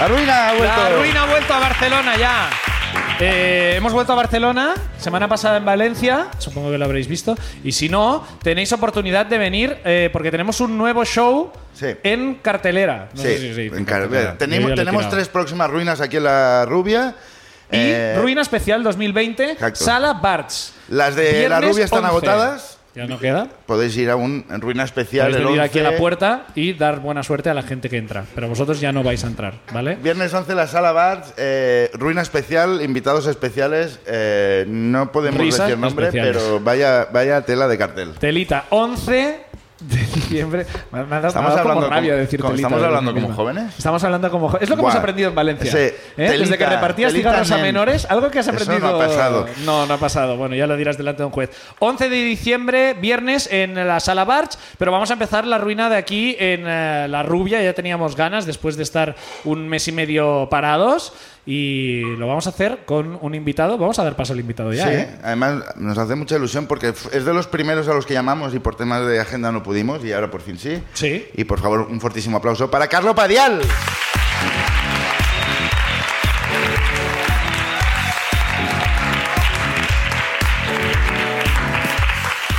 La ruina ha vuelto. pues La ruina ha vuelto a Barcelona ya. Eh, hemos vuelto a Barcelona, semana pasada en Valencia, supongo que lo habréis visto. Y si no, tenéis oportunidad de venir eh, porque tenemos un nuevo show Sí. en cartelera. No Sí, sé si se dice en Car- eh, cartelera. Yo Tenemos, ya lo he tenemos tirado. tres próximas ruinas aquí en La Rubia. Y Eh, Ruina Especial 2020, Exacto. Sala Barts. Las de La Viernes Rubia están 11. agotadas. Ya no queda. Podéis ir a un en ruina especial. Podéis El venir aquí a 11. la puerta y dar buena suerte a la gente que entra. Pero vosotros ya no vais a entrar, ¿vale? Viernes 11, la sala bar, eh, ruina especial, invitados especiales. eh, no podemos Risas decir nombre, especiales. pero vaya, vaya tela de cartel. Telita 11 de diciembre. Me ha- me ha dado- me ha Estamos dado como hablando rabia como- decir como- telita, estamos de hablando mí como mismo. jóvenes. Estamos hablando como jóvenes. Es lo que Buah. hemos aprendido en Valencia. Sí. ¿eh? Desde Telita, que repartías telita, cigarros a nen. menores, algo que has Eso no aprendido. ha pasado. No, no ha pasado. Bueno, ya lo dirás delante de un juez. 11 de diciembre, viernes, en la sala Barch. Pero vamos a empezar la ruina de aquí en eh, La Rubia. Ya teníamos ganas después de estar un mes y medio parados. Y lo vamos a hacer con un invitado. Vamos a dar paso al invitado ya. Sí, ¿eh? además nos hace mucha ilusión porque f- es de los primeros a los que llamamos y por temas de agenda no pudimos y ahora por fin sí. Sí. Y por favor, un fortísimo aplauso para Carlo Padial.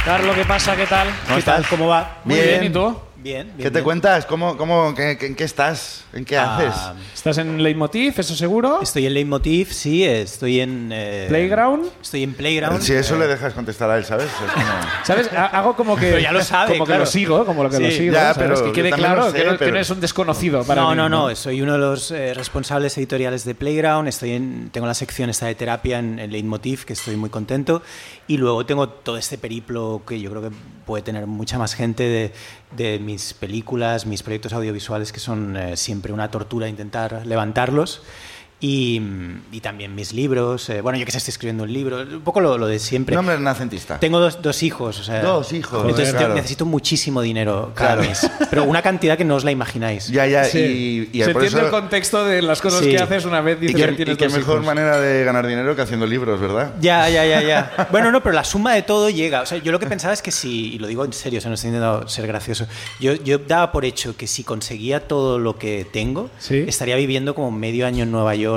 Carlos, ¿qué pasa? ¿Qué tal? ¿Qué tal? ¿Cómo va? Muy bien, ¿y tú? Bien, bien. ¿Qué te bien. cuentas? ¿Cómo, cómo, qué, qué- en qué estás? ¿En qué Ah, haces? ¿Estás en Leitmotiv, eso seguro? Estoy en Leitmotiv, sí, estoy en. eh, ¿Playground? Estoy en Playground. Si eso le dejas contestar a él, ¿sabes? Es como- ¿Sabes? Ha- Hago como que, Pero ya lo sabe, como que claro. lo sigo, como lo que lo Sí. sigo. Ya, ¿sabes? pero que yo quede también claro lo sé, que, no, que pero- no es un desconocido para No, mí, no, no, soy uno de los eh, responsables editoriales de Playground, estoy en, tengo la sección esta de terapia en, en Leitmotiv, que estoy muy contento, y luego tengo todo este periplo que yo creo que puede tener mucha más gente de, de mis películas, mis proyectos audiovisuales, que son eh, siempre una tortura intentar levantarlos. Y, y también mis libros. eh, bueno, yo que sé, estoy escribiendo un libro. Un poco lo, lo de siempre. Nombre renacentista. Tengo dos, dos hijos, o sea. Dos hijos, Entonces joder, te- claro. necesito muchísimo dinero cada Claro. mes. Pero una cantidad que no os la imagináis. Ya, ya, y, y Se por entiende el eso- contexto de las cosas Sí. que haces una vez y dices qué, que tienes y qué dos mejor hijos. manera de ganar dinero que haciendo libros, ¿verdad? Ya, ya, ya, ya. Bueno, no, pero la suma de todo llega. O sea, yo lo que pensaba es que si, y lo digo en serio, o sea, no estoy intentando ser gracioso, yo, yo daba por hecho que si conseguía todo lo que tengo, Sí. estaría viviendo como medio año en Nueva York. O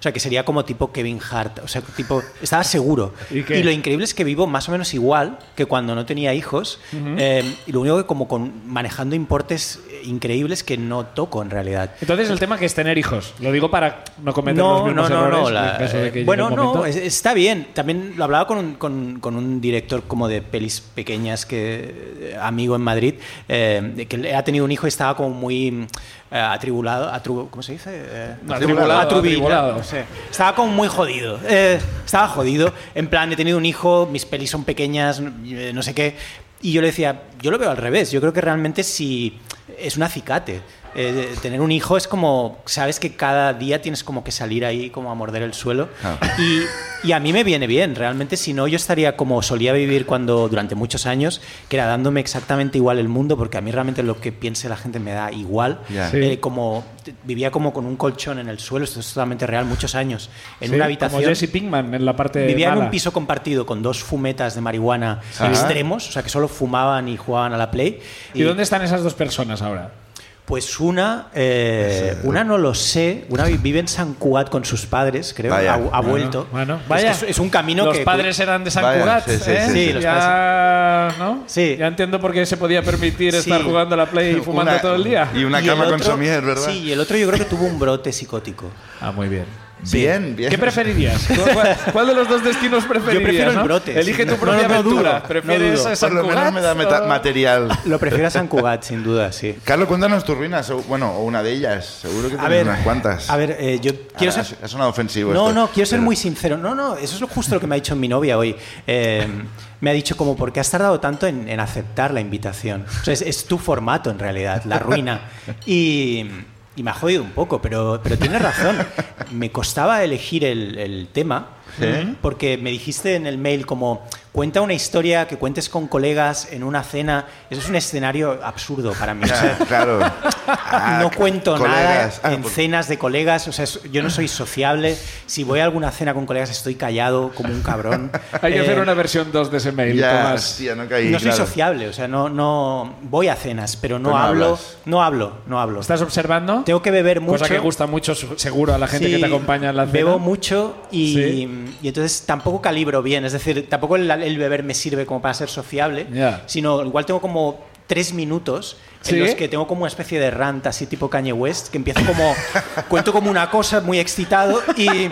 sea, que sería como tipo Kevin Hart. O sea, tipo, estaba seguro. ¿Y qué? lo increíble es que vivo más o menos igual que cuando no tenía hijos. eh, y lo único que como con, manejando importes eh, increíbles que no toco en realidad. Entonces el tema que es tener hijos. Lo digo para no cometer los mismos errores. en la- eh, caso de que llegue bueno, un no, momento. es- está bien. También lo hablaba con un, con, con un director como de pelis pequeñas, que eh, amigo en Madrid, eh, de que le- ha tenido un hijo y estaba como muy mm, eh, atribulado. atru- ¿Cómo se dice? Eh, Atribulado, Atrubil, atribulado. no sé. Estaba como muy jodido. Eh, estaba jodido. En plan, he tenido un hijo, mis pelis son pequeñas, eh, no sé qué. Y yo le decía, yo lo veo al revés. Yo creo que realmente si es un acicate. Eh, tener un hijo es como, sabes que cada día tienes como que salir ahí como a morder el suelo. Claro. Y, y a mí me viene bien, realmente si no yo estaría como solía vivir cuando durante muchos años, que era dándome exactamente igual el mundo, porque a mí realmente lo que piense la gente me da igual. Ya. Sí. Eh, como t- vivía como con un colchón en el suelo, esto es totalmente real, muchos años, en Sí, una habitación. Como Jesse Pinkman en la parte Vivía en mala. un piso compartido con dos fumetas de marihuana Sí. extremos, o sea que solo fumaban y jugaban a la play. ¿Y dónde están esas dos personas ahora? Pues una, eh, una no lo sé, una vi- vive en San Cugat con sus padres, creo, Vaya. ha, ha vuelto. Bueno, Es vaya. que Es, es un camino los que. padres eran de San Vaya, Cugat, sí, sí, ¿eh? sí, sí. ya, ¿no? Sí. Ya entiendo por qué se podía permitir Sí. estar jugando a la Play y fumando Una- todo el día. Y una y el cama con otro- somier, ¿verdad? Sí, y el otro yo creo que tuvo un brote psicótico. Ah, muy bien. Bien, bien. ¿Qué preferirías? ¿Cu- ¿Cuál, cuál de los dos destinos preferirías? Yo prefiero el no? brote, Elige sí. tu No, propia no, no dudo, aventura. no ¿Prefieres dudo. a Por San lo menos Cugat me da meta- o- material. Lo prefiero a San Cugat, sin duda, sí. Carlos, cuéntanos tus ruinas, o- bueno, o una de ellas. Seguro que A tienes ver, unas cuantas. A ver, eh, yo Ah, quiero ha- ser. ha sonado ofensivo. No, esto. no, quiero ser Pero- muy sincero. No, no, eso es lo justo lo que me ha dicho mi novia hoy. Eh, me ha dicho como, ¿por qué has tardado tanto en, en aceptar la invitación? O sea, es, es tu formato en realidad, la ruina. Y, y me ha jodido un poco, pero, pero tienes razón. Me costaba elegir el, el tema. Sí. Porque me dijiste en el mail como, cuenta una historia que cuentes con colegas en una cena. Eso es un escenario absurdo para mí. O sea, claro. Ah, no cuento colegas. nada Ah, en por- cenas de colegas. O sea, es- yo no soy sociable. Si voy a alguna cena con colegas estoy callado como un cabrón. Hay que Eh, hacer una versión 2 de ese mail, Ya, Tomás. hostia, no caí. no soy claro. sociable, o sea, no, no voy a cenas, pero no, Pero no hablo, hablas. no hablo, no hablo. ¿Estás observando? Tengo que beber mucho. Cosa que gusta mucho, su- seguro, a la gente Sí, que te acompaña en la cena. Bebo mucho y, Sí. y entonces tampoco calibro bien. Es decir, tampoco el, el beber me sirve como para ser sociable, Ya. sino igual tengo como tres minutos en Sí. los que tengo como una especie de rant así tipo Kanye West, que empiezo como, cuento como una cosa muy excitado y,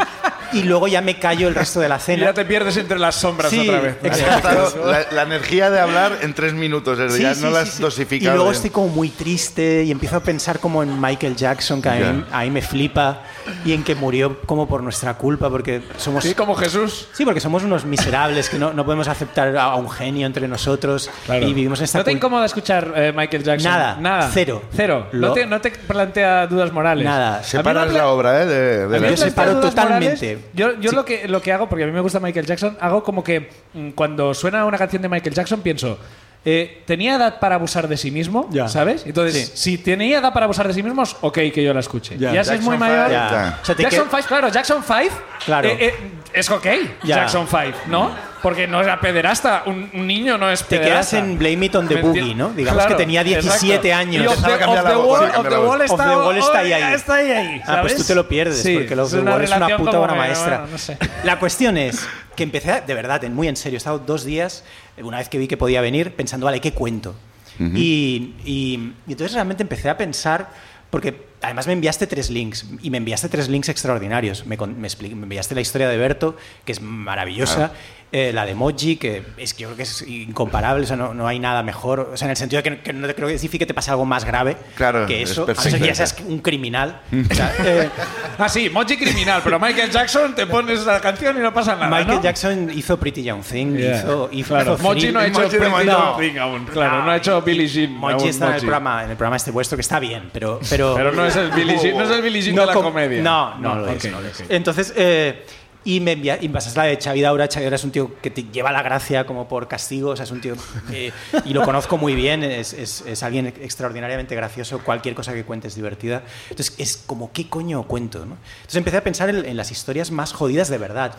y luego ya me callo el resto de la Y cena. ya te pierdes entre las sombras Sí, otra vez. ¿no? Has gastado la, la energía de hablar en tres minutos, es decir, Sí, ya sí, no sí, la has sí. dosificado. Y luego este bien. estoy como muy triste y empiezo a pensar como en Michael Jackson, que a mí- Ya. a mí me flipa, y en que murió como por nuestra culpa, porque somos... Sí, como Jesús. Sí, porque somos unos miserables que no, no podemos aceptar a a un genio entre nosotros y vivimos en esta ¿No te cul- incomoda escuchar eh, Michael Jackson? Nada, Nada. cero. Cero. No Lo- te, no te plantea dudas morales. Nada. A mí Separas me ha la pla- obra, ¿eh? De, de a mí me la- Yo plantea separo dudas totalmente. morales. Yo, yo Sí. lo, que, lo que hago, porque a mí me gusta Michael Jackson, hago como que mm, cuando suena una canción de Michael Jackson pienso. eh, tenía edad para abusar de sí mismo, Ya. ¿sabes? Entonces, si tenía edad para abusar de sí mismo, es ok que yo la escuche. Ya Ya. si es Jackson muy Five, mayor. ya. O sea, te Jackson que- 5, claro, Jackson 5 Claro. eh, eh, es ok, Ya. Jackson 5, ¿no? Porque no era pederasta, un, un niño no es Te quedas pederasta. en Blame It on the ¿Me Boogie, enti- ¿no? Digamos Claro, que tenía 17 exacto. años. Y Off the, Empezaba a cambiar Off the la voz, Wall, sí, Off cambiar the la voz. Wall está, Off the Wall está ahí, oh, ahí. está ahí, ahí, Ah, pues ¿sabes? tú te lo pierdes, Sí, porque los es una es una relación puta como obra que, maestra. bueno, no sé. La cuestión es que empecé, a- de verdad, en- muy en serio, he estado dos días, eh, una vez que vi que podía venir, pensando, vale, ¿qué cuento? y, y- y entonces realmente empecé a pensar, porque además me enviaste tres links, y me enviaste tres links extraordinarios. Me, con- me expli- me enviaste la historia de Berto, que es maravillosa. eh, la de Moji, que es que yo creo que es incomparable, o sea, no, no hay nada mejor. O sea, en el sentido de que, que no te- creo que es difícil que te pase algo más grave Claro, que es eso. a no ser que perfecta. ya seas un criminal. O sea, eh, Ah, sí, Mochi criminal, pero Michael Jackson te pones la canción y no pasa nada. Michael ¿no? Jackson hizo Pretty Young Thing, Yeah. hizo, hizo claro. Thrill. Mochi no ha hecho Mochi no ha Pretty hecho- Little Thing aún, claro, no ha hecho Billie Jean. Mochi aún, está en el Mochi. programa, en el programa este vuestro que está bien, pero pero, Pero no es el Billie Jean, no es el Billie Jean de la com- comedia. No, no, lo ok, es, no lo es. ok. Entonces eh, y me envía, y me pasas la de Xavi Daura. Xavi Daura es un tío que te lleva la gracia como por castigo, o sea, es un tío eh, y lo conozco muy bien, es, es- es alguien extraordinariamente gracioso, cualquier cosa que cuente es divertida. Entonces es como, ¿qué coño cuento? no? Entonces empecé a pensar en, en las historias más jodidas de verdad.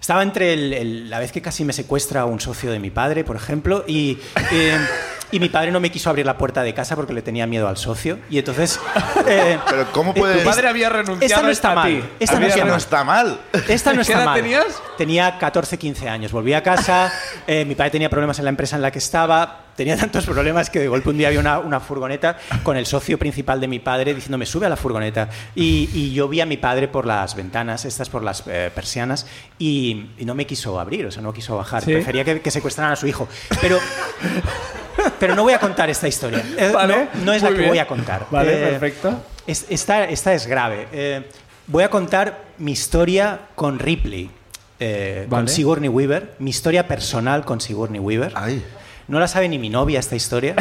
Estaba entre el- el- la vez que casi me secuestra un socio de mi padre, por ejemplo, y... eh, y mi padre no me quiso abrir la puerta de casa porque le tenía miedo al socio. Y entonces. eh, Pero ¿cómo puede- Tu padre había Esta renunciado no está a ti. mal. Esta no Había Es que está este no mal. está mal. Esta no ¿Qué está edad mal. tenías? Tenía 14, 15 años. Volví a casa, eh, mi padre tenía problemas en la empresa en la que estaba. Tenía tantos problemas que de golpe un día había una, una furgoneta con el socio principal de mi padre diciéndome sube a la furgoneta. Y, y yo vi a mi padre por las ventanas, estas por las eh, persianas, y, y no me quiso abrir, o sea, no quiso bajar. Sí. Prefería que, que secuestraran a su hijo. Pero, pero no voy a contar esta historia. Eh, Vale, no, no es la muy que bien. voy a contar. Vale, Eh, perfecto. es- esta, esta es grave. Eh, voy a contar mi historia con Ripley, eh, con Vale. Sigourney Weaver, mi historia personal con Sigourney Weaver. Ay. No la sabe ni mi novia esta historia.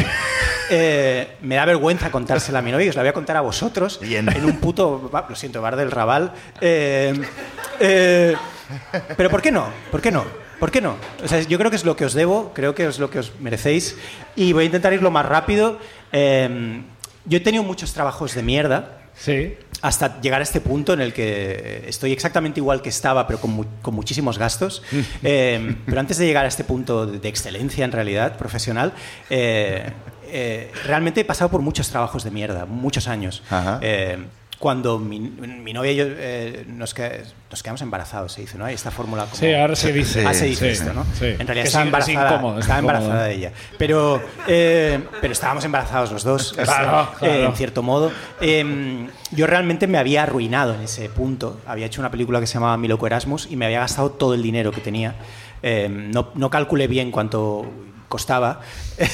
Eh, me da vergüenza contársela a mi novia, y os la voy a contar a vosotros Bien. en un puto, va- lo siento, bar del Raval. Eh, eh, pero ¿por qué no? ¿Por qué no? ¿Por qué no? O sea, yo creo que es lo que os debo, creo que es lo que os merecéis y voy a intentar ir lo más rápido. Eh, yo he tenido muchos trabajos de mierda Sí. hasta llegar a este punto en el que estoy exactamente igual que estaba, pero con, mu- con muchísimos gastos. Mm. Eh, pero antes de llegar a este punto de, de excelencia, en realidad, profesional, eh, eh, realmente he pasado por muchos trabajos de mierda, muchos años. Ajá. Eh, cuando mi, mi novia y yo eh, nos, que- nos quedamos embarazados, se dice, ¿no? Hay esta fórmula como... Sí, ahora se dice. Ah, se Sí, dice sí, esto, ¿no? sí. En Que realidad estaba sí, es embarazada, incómodo, es estaba incómodo. embarazada de ella. Pero, eh, pero estábamos embarazados los dos, Claro, eh, claro. en cierto modo. Eh, yo realmente me había arruinado en ese punto. Había hecho una película que se llamaba Mi loco Erasmus y me había gastado todo el dinero que tenía. Eh, no, no calculé bien cuánto costaba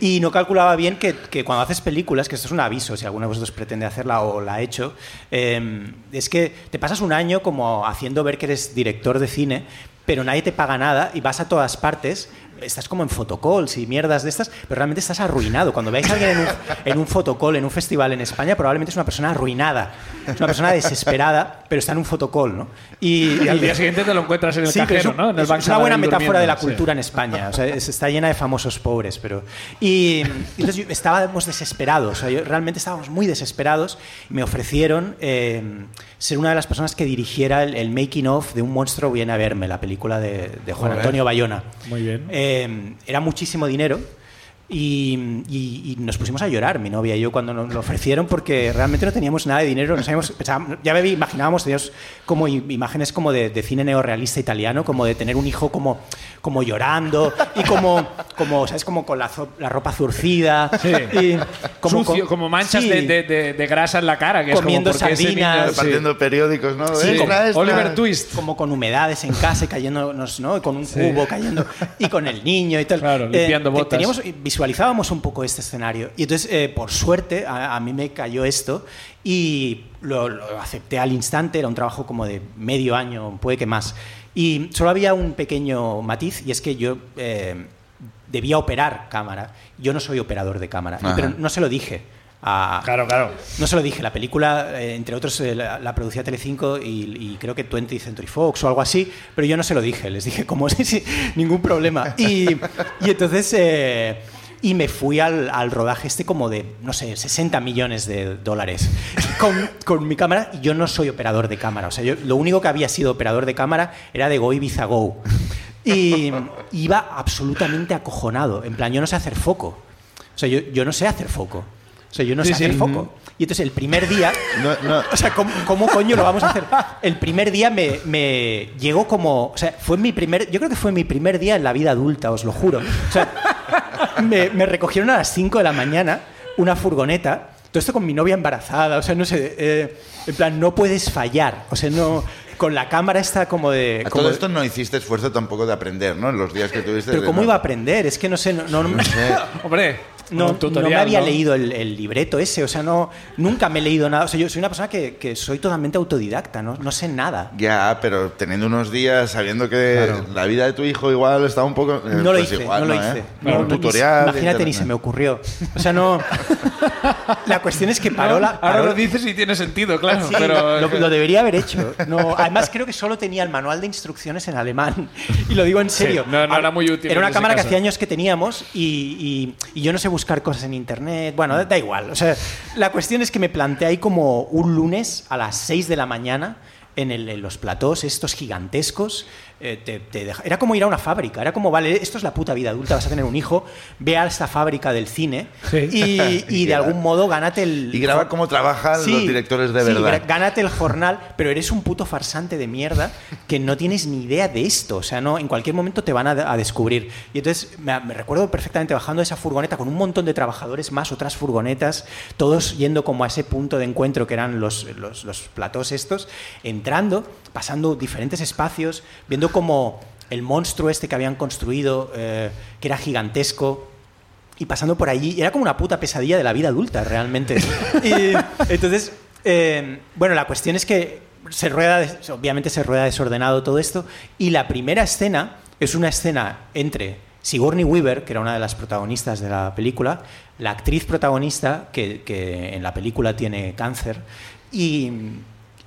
y no calculaba bien que, que cuando haces películas, que esto es un aviso si alguno de vosotros pretende hacerla o la ha hecho, eh, es que te pasas un año como haciendo ver que eres director de cine, pero nadie te paga nada y vas a todas partes estás como en fotocalls y mierdas de estas, pero realmente estás arruinado. Cuando veáis a alguien en un, en un fotocall, en un festival en España, probablemente es una persona arruinada, es una persona desesperada, pero está en un fotocall, ¿no? Y, Y al día siguiente te lo encuentras en el Sí, pero cajero, es un- ¿no? En el es Banco una buena Sabadell metáfora de la durmiendo, sí. cultura en España. O sea, es- está llena de famosos pobres, pero. Y entonces yo- estábamos desesperados. O sea, yo- realmente estábamos muy desesperados. Me ofrecieron eh, ser una de las personas que dirigiera el, el making of de Un monstruo viene a verme, la película de, de Juan Joder. Antonio Bayona. Muy bien. Eh, era muchísimo dinero. Y, y- y nos pusimos a llorar, mi novia y yo, cuando nos lo ofrecieron, porque realmente no teníamos nada de dinero. No sabíamos, pensábamos- ya me imaginábamos, teníamos como i- imágenes como de, de cine neorrealista italiano, como de tener un hijo como, como llorando y como, como, ¿sabes? Como con la, zo- la ropa zurcida. Sí. y Sucio, con- como manchas sí. de, de- de- de grasa en la cara. Que es como, Comiendo ¿por qué ese sardinas. niño- sí. Repartiendo periódicos, ¿no? Sí, Extra, como extra. Oliver Twist. Como con humedades en casa y cayéndonos, ¿no? Con un cubo cayendo y con el niño y tal. Eh, Claro, limpiando te- botas. Teníamos, visualizábamos un poco este escenario. Y entonces, eh, por suerte, a, a mí me cayó esto y lo, lo acepté al instante. Era un trabajo como de medio año, puede que más. Y solo había un pequeño matiz y es que yo. eh, debía operar cámara. Yo no soy operador de cámara, Ajá. pero no se lo dije a, Claro, claro. no se lo dije, la película, eh, entre otros, eh, la, la producía Telecinco y, y creo que 20th Century Fox o algo así, pero yo no se lo dije, les dije como si, si- ningún problema. Y, y entonces, eh, y me fui al, al rodaje este como de, no sé, 60 millones de dólares con, con mi cámara y yo no soy operador de cámara, o sea, yo lo único que había sido operador de cámara era de Go Ibiza Go. Y iba absolutamente acojonado, en plan, yo no sé hacer foco. O sea, yo, yo no sé hacer foco. O sea, yo no Sí, sé hacer sí. foco. Y entonces el primer día. No, no. O sea, ¿cómo, cómo coño lo vamos a hacer? El primer día me, me llegó como. O sea, fue mi primer. Yo creo que fue mi primer día en la vida adulta, os lo juro. O sea, me, me recogieron a las 5 de la mañana una furgoneta. Todo esto con mi novia embarazada. O sea, no sé. eh, en plan, no puedes fallar. O sea, no. Con la cámara está como de. A como todo de- esto no hiciste esfuerzo tampoco de aprender, ¿no? En los días que tuviste. pero de- ¿cómo iba a aprender? Es que no sé. no- no- No sé. Hombre, No, un no tutorial, me había ¿no? leído el, el libreto ese, o sea, no, nunca me he leído nada. O sea, yo soy una persona que, que soy totalmente autodidacta, no, no sé nada. Ya, pero teniendo unos días, sabiendo que la vida de tu hijo igual estaba un poco. eh, No lo pues hice, igual no lo ¿eh? hice. Ni No, un no, ni- tutorial. imagínate, ni internet. se me ocurrió. O sea, no. La cuestión es que paró la. Ahora paró- lo dices y tiene sentido, claro. Sí, pero lo, lo debería haber hecho. No, además, creo que solo tenía el manual de instrucciones en alemán. Y lo digo en serio. no, no era muy útil Era en una ese cámara que caso. hacía años que teníamos y, y- y yo no sé buscar cosas en internet. Bueno, da, da igual. O sea, la cuestión es que me planteé ahí como un lunes a las 6 de la mañana. En, el- en los platós estos gigantescos. eh, te- te deja- Era como ir a una fábrica. Era como, vale, esto es la puta vida adulta. Vas a tener un hijo. Ve a esta fábrica del cine. Sí. Y, y de algún modo gánate el... Y graba cómo trabajan Sí, los directores de sí, verdad. gra- gánate el jornal, pero eres un puto farsante de mierda que no tienes ni idea de esto. O sea, no, en cualquier momento te van a, a descubrir. Y entonces me me recuerdo perfectamente bajando de esa furgoneta con un montón de trabajadores más, otras furgonetas, todos yendo como a ese punto de encuentro que eran los, los, los platós estos, entrando, pasando diferentes espacios, viendo como el monstruo este que habían construido, eh, que era gigantesco, y pasando por allí, y era como una puta pesadilla de la vida adulta, realmente. Y entonces, eh, bueno, la cuestión es que se rueda, des- obviamente se rueda desordenado todo esto, y la primera escena es una escena entre Sigourney Weaver, que era una de las protagonistas de la película, la actriz protagonista, que, que en la película tiene cáncer, y...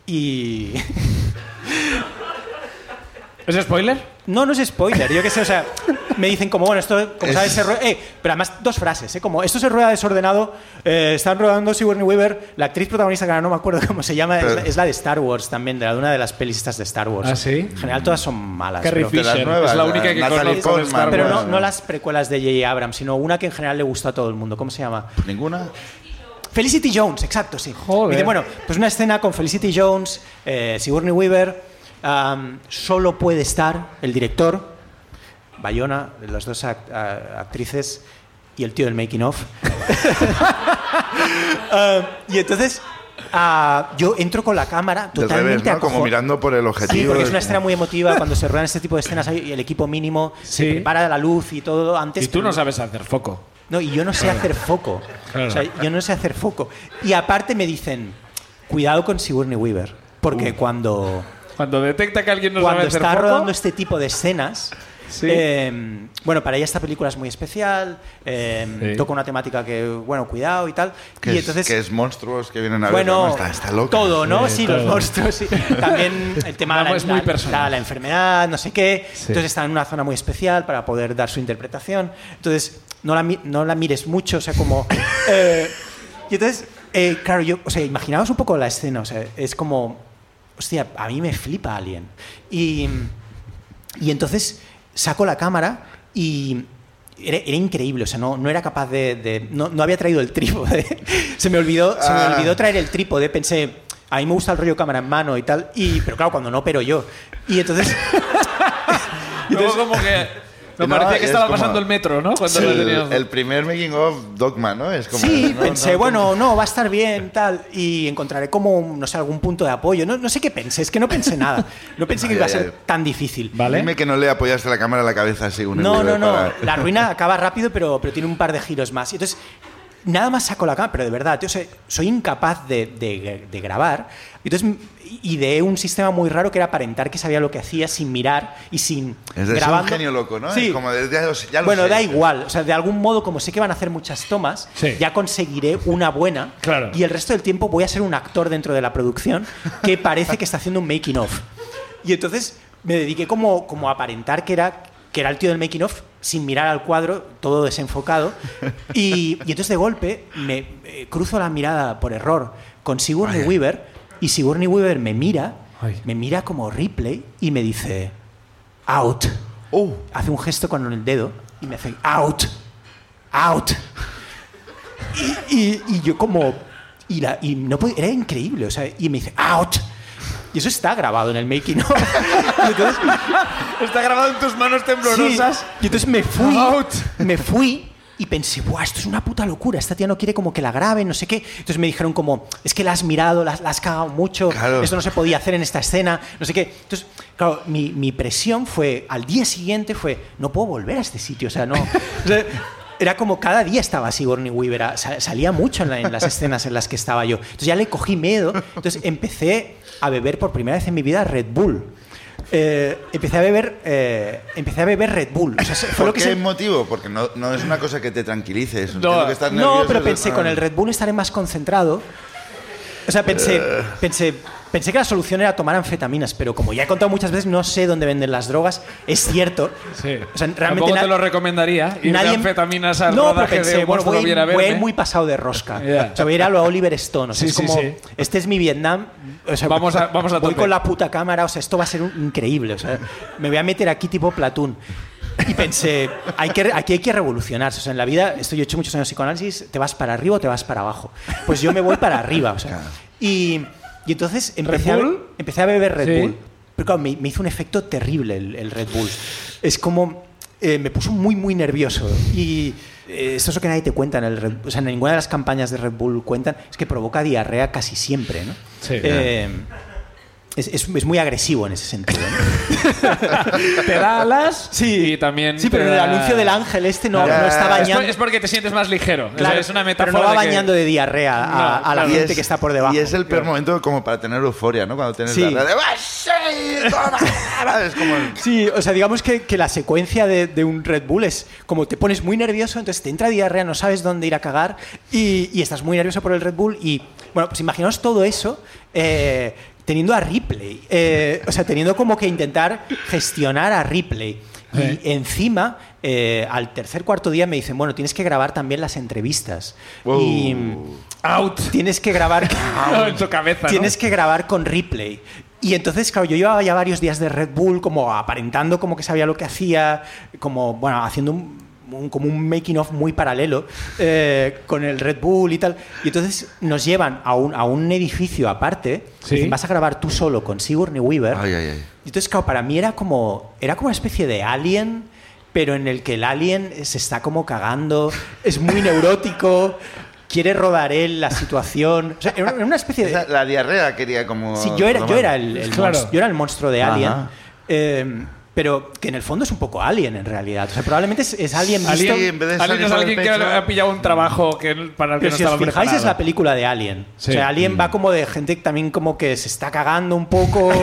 y ¿Es spoiler? No, no es spoiler, yo qué sé, o sea, me dicen como, bueno, esto, como Es- sabes, se rueda... eh, pero además dos frases, ¿eh? Como, esto se rueda desordenado, eh, están rodando Sigourney Weaver, la actriz protagonista, que ahora no me acuerdo cómo se llama, es, Pero- la, es la de Star Wars también, de la- de una de las pelis estas de Star Wars. ¿Ah, sí? En general todas son malas. Carrie de pero- las Fisher. nuevas, es la única la- que Natalie conozco de Portman, Star Wars. Pero no, Bueno. no las precuelas de J.J. Abrams, sino una que en general le gusta a todo el mundo. ¿Cómo se llama? ¿Ninguna? Felicity Jones, exacto, sí. Joder. Me dice, bueno, pues una escena con Felicity Jones, eh, Sigourney Weaver, am, solo puede estar el director, Bayona, las dos act- a- actrices y el tío del making of. Am, y entonces ah, yo entro con la cámara Del totalmente revés, ¿no? Como acojo- mirando por el objetivo. Sí, porque es una del- escena muy emotiva cuando se ruedan este tipo de escenas hay- y el equipo mínimo Sí. se prepara la luz y todo antes. Y tú que- no sabes hacer foco. no, y yo no sé hacer foco. Claro. O sea, yo no sé hacer foco. Y aparte me dicen, cuidado con Sigourney Weaver, porque cuando, Cuando detecta que alguien no cuando sabe hacer está foco, rodando este tipo de escenas, Sí. Eh, bueno, para ella esta película es muy especial, eh, Sí. toca una temática que, bueno, cuidado y tal. Que, y es- entonces, que es monstruos que vienen a ver. bueno, ¿no? está, está loca. todo, ¿no? Sí, Sí, los todo. monstruos. sí. También el tema de la, Es muy la- personal. la- la enfermedad, no sé qué. Sí. Entonces está en una zona muy especial para poder dar su interpretación. Entonces no la, mi- no la mires mucho, o sea, como... eh, y entonces, eh, claro, yo, o sea, imaginaos un poco la escena, o sea, es como... Hostia, a mí me flipa Alien. Y... Y entonces sacó la cámara y era, era increíble, o sea, no, no era capaz de... de- no, no había traído el trípode. se me olvidó, se me Ah. olvidó traer el trípode, pensé, a mí me gusta el rollo cámara en mano y tal, y, pero claro, cuando no, pero yo. Y entonces... Luego como que... Me No, parecía que es estaba como- pasando el metro, ¿no? Cuando lo teníamos. el, el primer making of Dogma, ¿no? Es como, sí, no, pensé, no, bueno, no, va a estar bien, tal, y encontraré como, no sé, algún punto de apoyo. No, no sé qué pensé, es que no pensé nada. No pensé que Ya, iba a ya, ser ya. tan difícil. ¿Vale? Dime que no le apoyaste la cámara a la cabeza así un No, no, héroe no. para- La ruina acaba rápido, pero, pero tiene un par de giros más. Y Entonces, nada más saco la cámara, pero de verdad, tío, o sea, soy incapaz de, de- de grabar. Y Entonces, ideé un sistema muy raro que era aparentar que sabía lo que hacía sin mirar y sin. Es de es un grabando. genio loco, ¿no? Sí. Es como de, ya lo sé- ya lo bueno, sé. da igual. O sea, de algún modo, como sé que van a hacer muchas tomas, Sí. ya conseguiré una buena. Claro. Y el resto del tiempo voy a ser un actor dentro de la producción que parece que está haciendo un making of. Y entonces me dediqué como, como a aparentar que era, que era el tío del making of sin mirar al cuadro, todo desenfocado. Y, y entonces de golpe me eh, cruzo la mirada por error con Sigourney Vaya. Weaver y Sigourney Weaver me mira, Ay. me mira como Ripley y me dice, out Uh, hace un gesto con el dedo y me hace out, out. Y, y- y yo como y, la- y no podía- era increíble, o sea, y me dice out. Y eso está grabado en el making of. Y entonces, Está grabado en tus manos sí, temblorosas. y entonces me fui, Out. me fui y pensé, "Buah, esto es una puta locura, esta tía no quiere como que la graben, no sé qué." Entonces me dijeron como, "Es que la has mirado, la, has- la has cagado mucho, Claro. esto no se podía hacer en esta escena, no sé qué." Entonces, claro, mi, mi presión fue al día siguiente fue, "No puedo volver a este sitio", o sea, no o sea, Era como cada día estaba Sigourney Weaver, a- sa- salía mucho en, la- en las escenas en las que estaba yo. Entonces ya le cogí miedo. Entonces empecé a beber por primera vez en mi vida Red Bull. Eh, empecé a beber, eh, empecé a beber Red Bull. O sea, se- fue ¿Por lo que qué se- motivo? Porque no, no es una cosa que te tranquilices. No, Entiendo que estás no, nervioso, pero estás- pensé ah. con el Red Bull estaré más concentrado. O sea, pensé, Eh. pensé, pensé que la solución era tomar anfetaminas, pero como ya he contado muchas veces, no sé dónde venden las drogas. Es cierto. Sí. O sea, realmente Tampoco te na- lo recomendaría. Ir de anfetaminas al em- no, pero rodaje pensé, de bueno, Monstruo voy, a viene a ir, voy a ir verme. muy pasado de rosca. Ya. O sea, voy a ir a lo Oliver Stone. O sea, Sí, es sí, como, sí. este es mi Vietnam. O sea, Vamos a- vamos a voy tope. con la puta cámara. O sea, esto va a ser un- increíble. O sea, me voy a meter aquí tipo Platón. Y pensé, hay que, aquí hay que revolucionarse. O sea, en la vida, esto yo he hecho muchos años de psicoanálisis, ¿te vas para arriba o te vas para abajo? Pues yo me voy para arriba. O sea, y, y entonces empecé a, ¿Red Bull? empecé a beber Red Sí. Bull. Pero claro, me, me hizo un efecto terrible el, el Red Bull. Es como. eh, me puso muy, muy nervioso. Y eh, esto es lo que nadie te cuenta en el Red O sea, en ninguna de las campañas de Red Bull cuentan. Es que provoca diarrea casi siempre, ¿no? Sí. Eh, es, es- es muy agresivo en ese sentido. ¿no? Te da alas y también. Sí, te pero en el da- anuncio del ángel este no, Claro. no está Es por- Es, bañando. por- es porque te sientes más ligero. Claro, es una metáfora. pero no va de que- bañando de diarrea a, No, a la claro. Y gente es- que está por debajo. Y es el peor momento como para tener euforia, ¿no? Cuando tienes Sí. la radio, "¡Ah, sí! toma!". Es como el- Sí, o sea, digamos que, que la secuencia de, de un Red Bull es como te pones muy nervioso, entonces te entra diarrea, no sabes dónde ir a cagar y, y estás muy nervioso por el Red Bull. Y bueno, pues imaginaos todo eso eh, teniendo a Ripley, eh, o sea, teniendo como que intentar gestionar a Ripley. Y Sí. encima, eh, al tercer cuarto día me dicen, bueno, tienes que grabar también las entrevistas. Wow. Y eh, Out. tienes que grabar... en tu cabeza. ¿no? Tienes que grabar con Ripley. Y entonces, claro, yo llevaba ya varios días de Red Bull, como aparentando como que sabía lo que hacía, como, bueno, haciendo un, un- como un making of muy paralelo eh, con el Red Bull y tal. Y entonces nos llevan a un, a un edificio aparte. Sí. Dicen, vas a grabar tú solo con Sigourney Weaver. Ay, ay, ay. Y entonces, claro, para mí era como, era como una especie de alien, pero en el que el alien se está como cagando, es muy neurótico, quiere rodar él la situación. O sea, era era una especie Esa- de... la diarrea quería como... Sí, yo era, yo tomar. era, el, el Ah, Claro. monstruo, yo era el monstruo de Ajá. Alien. eh, pero que en el fondo es un poco alien en realidad. O sea, probablemente es, es alien visto... Sí, en vez de Alguien es salir por el alguien que pecho- ha pillado un trabajo que, para el que Pero no si estaba os fijáis es preparado. la película de Alien. Sí. Mm. O sea, Alien va como de gente también como que se está cagando un poco,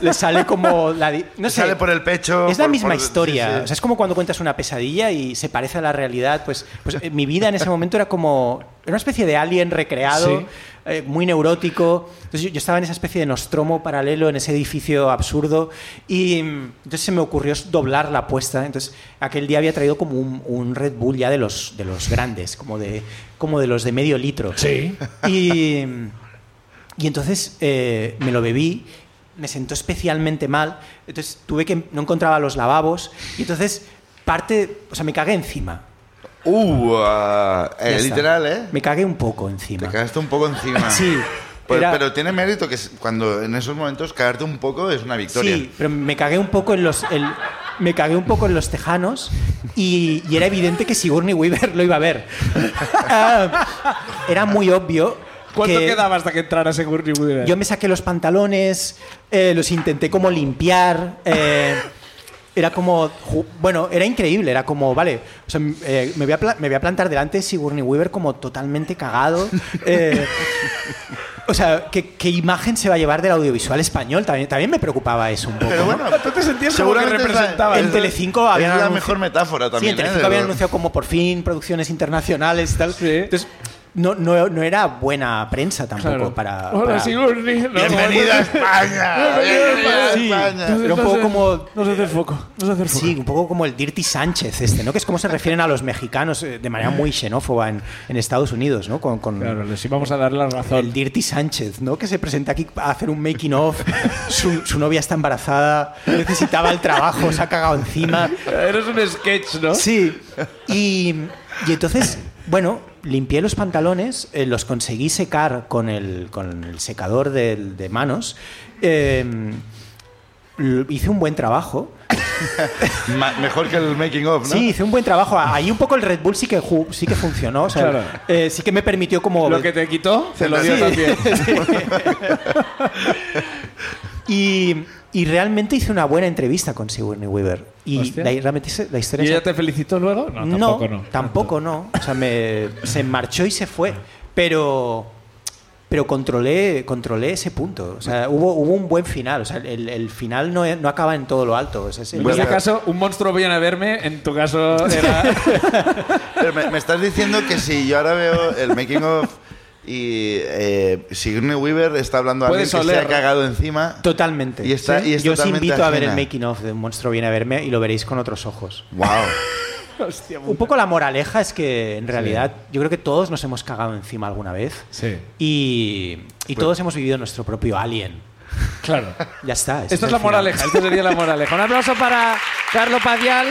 le sale como la... di- No sé, Sale por el pecho, Es la por- misma por- historia. sí, sí. O sea, es como cuando cuentas una pesadilla y se parece a la realidad. Pues, pues eh, mi vida en ese momento era como era una especie de Alien recreado, Sí. eh, muy neurótico. Entonces yo, yo estaba en esa especie de nostromo paralelo, en ese edificio absurdo. Y mm, entonces se me ocurrió doblar la apuesta. Entonces aquel día había traído como un, un Red Bull ya de los, de los grandes, como de, como de los de medio litro. Sí. Y, y entonces eh, me lo bebí, me sentó especialmente mal, entonces tuve que, no encontraba los lavabos, y entonces parte, o sea, me cagué encima. Uh, ah, eh, Ya está. literal, ¿eh? Me cagué un poco Te encima. cagaste un poco encima. Sí, Pero, era- pero tiene mérito que s- cuando en esos momentos cagarte un poco es una victoria. Sí, pero me cagué un poco en los... el- me cagué un poco en los tejanos y, y era evidente que Sigourney Weaver lo iba a ver. Ah, era muy obvio. ¿Cuánto que- quedaba hasta que entrara Sigourney Weaver? Yo me saqué los pantalones, eh, los intenté como limpiar. eh, era como. ju- Bueno, era increíble. Era como, vale, o sea, m- eh, me, voy a pla- me voy a plantar delante de Sigourney Weaver como totalmente cagado. eh, o sea, ¿qué, qué imagen se va a llevar del audiovisual español? También, también me preocupaba eso un poco. Pero ¿no? bueno, Tú te sentías como que seguramente es la- representabas. es En la- Telecinco es habían la anunci- mejor metáfora también. Sí, en Telecinco ¿eh? habían De- anunciado como por fin producciones internacionales y tal. Sí. Entonces, no, no, no era buena prensa tampoco Claro. para. Hola, para- Sigourney. No, Bienvenido a España. Bienvenido a Sí. España. Entonces, Era un poco como- No se hace foco. No se hace foco. Sí, un poco como el Dirty Sánchez este, ¿no? Que es como se refieren a los mexicanos eh, de manera muy xenófoba en, en Estados Unidos, ¿no? Con, con Claro, les íbamos a dar la el razón. Dirty Sánchez, ¿no? Que se presenta aquí a hacer un making of, su, su novia está embarazada, necesitaba el trabajo, se ha cagado encima. Eres un sketch, ¿no? Sí. Y, y entonces, bueno, limpié los pantalones, eh, los conseguí secar con el, con el secador del- de, manos. eh, l- hice un buen trabajo. Ma- mejor que el making of, ¿no? Sí, hice un buen trabajo. Ahí un poco el Red Bull sí que, ju- sí que funcionó. o sea, Claro. eh, sí que me permitió como... Lo que te quitó, se lo Sí. dio también. y, y realmente hice una buena entrevista con Sigourney Weaver. Y Hostia. la, realmente se- la historia... ¿Y se- ella te felicitó luego? No, tampoco no. tampoco no. O sea, me, se marchó y se fue. Pero, pero controlé, controlé ese punto. O sea, hubo, hubo un buen final. O sea, el, el final no, no acaba en todo lo alto. O sea, es- En Bueno, este pero- caso, un monstruo viene a verme, en tu caso era... Pero me, me estás diciendo que si yo ahora veo el making of y eh, Sigourney Weaver está hablando a alguien Puedes que se ha oler. cagado encima. Totalmente. Y está- y es Yo os totalmente invito a ver el ajena. making of de Un monstruo viene a verme y lo veréis con otros ojos. Wow. Hostia, Un poco la moraleja es que en realidad yo creo que todos nos hemos cagado encima alguna vez Sí, y, y Pues todos hemos vivido nuestro propio alien. claro. Ya está. Esta Este ese es el la final. moraleja, esta sería la moraleja. Un aplauso para Carlo Padial.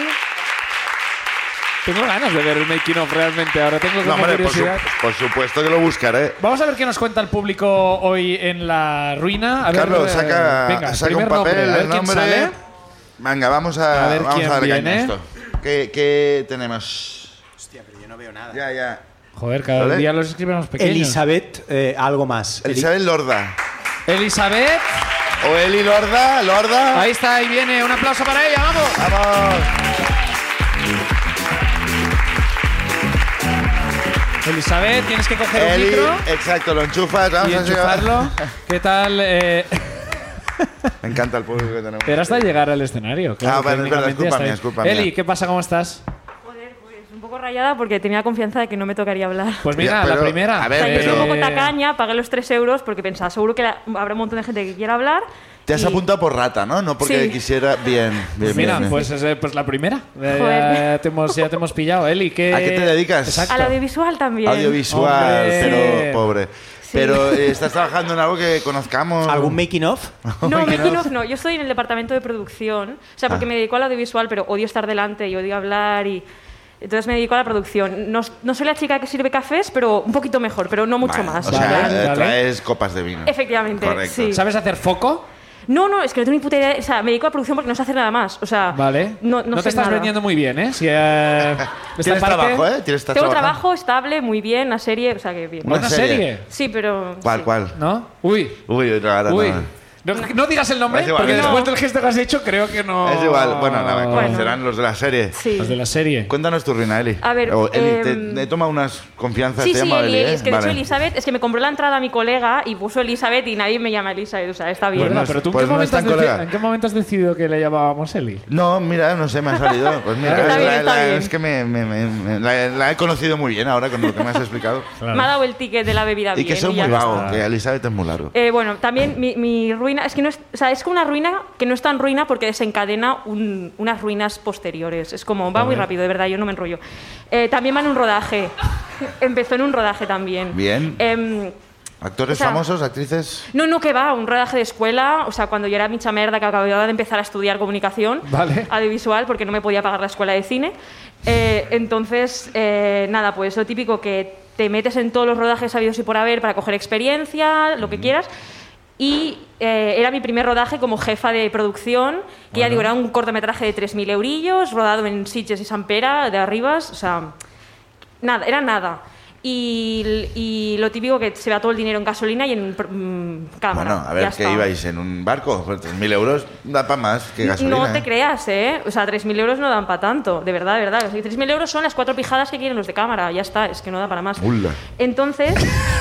Tengo ganas de ver el making of realmente ahora, tengo como No, hombre, por, su- curiosidad. por supuesto que lo buscaré. Vamos a ver qué nos cuenta el público hoy en la ruina. A ver, Carlos, eh, saca, venga, saca un primer papel, nombre, a ver el quién nombre. sale. Venga, vamos a, A ver vamos quién a darle caña a viene. esto. ¿Qué, qué tenemos? Hostia, pero yo no veo nada. Ya, ya. Joder, cada ¿Vale? día los escriben más pequeños. Elizabeth, eh, algo más. Eli- Elizabeth Lorda. Elizabeth. O Eli Lorda, Lorda. Ahí está, ahí viene. Un aplauso para ella, vamos. Vamos. Elizabeth, tienes que coger un Eli, micro exacto, lo enchufas. Vamos y a enchufarlo. ¿Qué tal? eh? Me encanta el público que tenemos. pero hasta llegar al escenario. claro, Ah, vale, es verdad, técnicamente es culpa hasta mía, ahí. es culpa mía. Eli, ¿qué pasa? ¿Cómo estás? Joder, pues un poco rayada porque tenía confianza de que no me tocaría hablar. Pues Ya, mira, la pero, primera. a O ver, eh, sea, yo soy pero- Pues un poco tacaña, pagué los 3 euros porque pensaba, seguro que la- habrá un montón de gente que quiera hablar. Te has y- apuntado por rata, ¿no? No porque Sí. quisiera. Bien, bien, Mira, bien, bien. pues, es, pues la primera. Eh, Joder. ya, te hemos, ya te hemos pillado. Eli, ¿qué... ¿A qué te dedicas? Exacto. Al audiovisual también. Audiovisual, Hombre. pero pobre. Sí. Pero eh, estás trabajando en algo que conozcamos. ¿Algún making of? No, making of no. Yo estoy en el departamento de producción. O sea, porque Oh Ah. me dedico al audiovisual, pero odio estar delante y odio hablar y... Entonces me dedico a la producción. No, no soy la chica que sirve cafés, pero un poquito mejor, pero no mucho Vale, más. O sea, Vale, eh, vale. traes copas de vino. Efectivamente, Correcto. sí. ¿Sabes hacer foco? No, no, es que no tengo ni puta idea. O sea, me dedico a producción porque no sé hacer nada más. O sea, Vale. no, no, sé te estás nada. vendiendo muy bien, ¿eh? Si, eh, esta Tienes parte- trabajo, ¿eh? Tienes estás Tengo trabajando. trabajo estable, muy bien, la serie, o sea que bien. Bueno. Una Una serie. serie. Sí, pero. ¿Cuál, sí. cuál? ¿No? Uy. Uy, no, ahora Uy. no. No, no digas el nombre, Es igual, porque es después igual. del gesto que has hecho, creo que no. Es igual, bueno, nada, me conocerán los de la serie. Sí. Los de la serie. Cuéntanos tu ruina, Eli. A ver, O, Eli, te, em, te toma unas confianzas. Sí, te sí, llama Eli, Eli, Eli, ¿eh? es que de hecho Vale. Elizabeth, es que me compró la entrada a mi colega y puso Elizabeth y nadie me llama Elizabeth, o sea, está bien. Bueno, Pues no pero tú pues ¿en, qué no momento es tan has deci- colega. en qué momento has decidido que le llamábamos Eli? No, mira, no sé, me ha salido. Pues mira, Está es, bien, la- está la- bien. es que me, me- me- me- la, la he conocido muy bien ahora con lo que me has explicado. Me ha dado el ticket de la bebida y bien. que soy ya muy está. vago, que Elizabeth es muy largo. Eh, bueno, también mi, mi ruina, es que no es, o sea, es como una ruina que no es tan ruina porque desencadena un- unas ruinas posteriores. Es como, va muy rápido, de verdad, yo no me enrollo. Eh, también va en un rodaje. Empezó en un rodaje también. Bien. Em, Actores o sea, famosos, actrices. no, no, que va, un rodaje de escuela, o sea, cuando yo era micha merda que acababa de empezar a estudiar comunicación Vale. audiovisual porque no me podía pagar la escuela de cine. Eh, entonces, eh, nada, pues lo típico que te metes en todos los rodajes habidos y por haber para coger experiencia, lo que quieras. Y eh, era mi primer rodaje como jefa de producción, que ya digo, era un cortometraje de 3.000 eurillos, rodado en Sitges y San Pera, de Arribas, o sea, Nada, era nada. Y, y lo típico que se va todo el dinero en gasolina y en pr- mm, cámara. Bueno, a Ya ver, que está. ibais en un barco, por 3.000 euros da para más que gasolina. No te ¿eh? creas, ¿eh? O sea, 3.000 euros no dan para tanto, de verdad, de verdad. O sea, 3.000 euros son las cuatro pijadas que quieren los de cámara, ya está, es que no da para más. Ula. Entonces,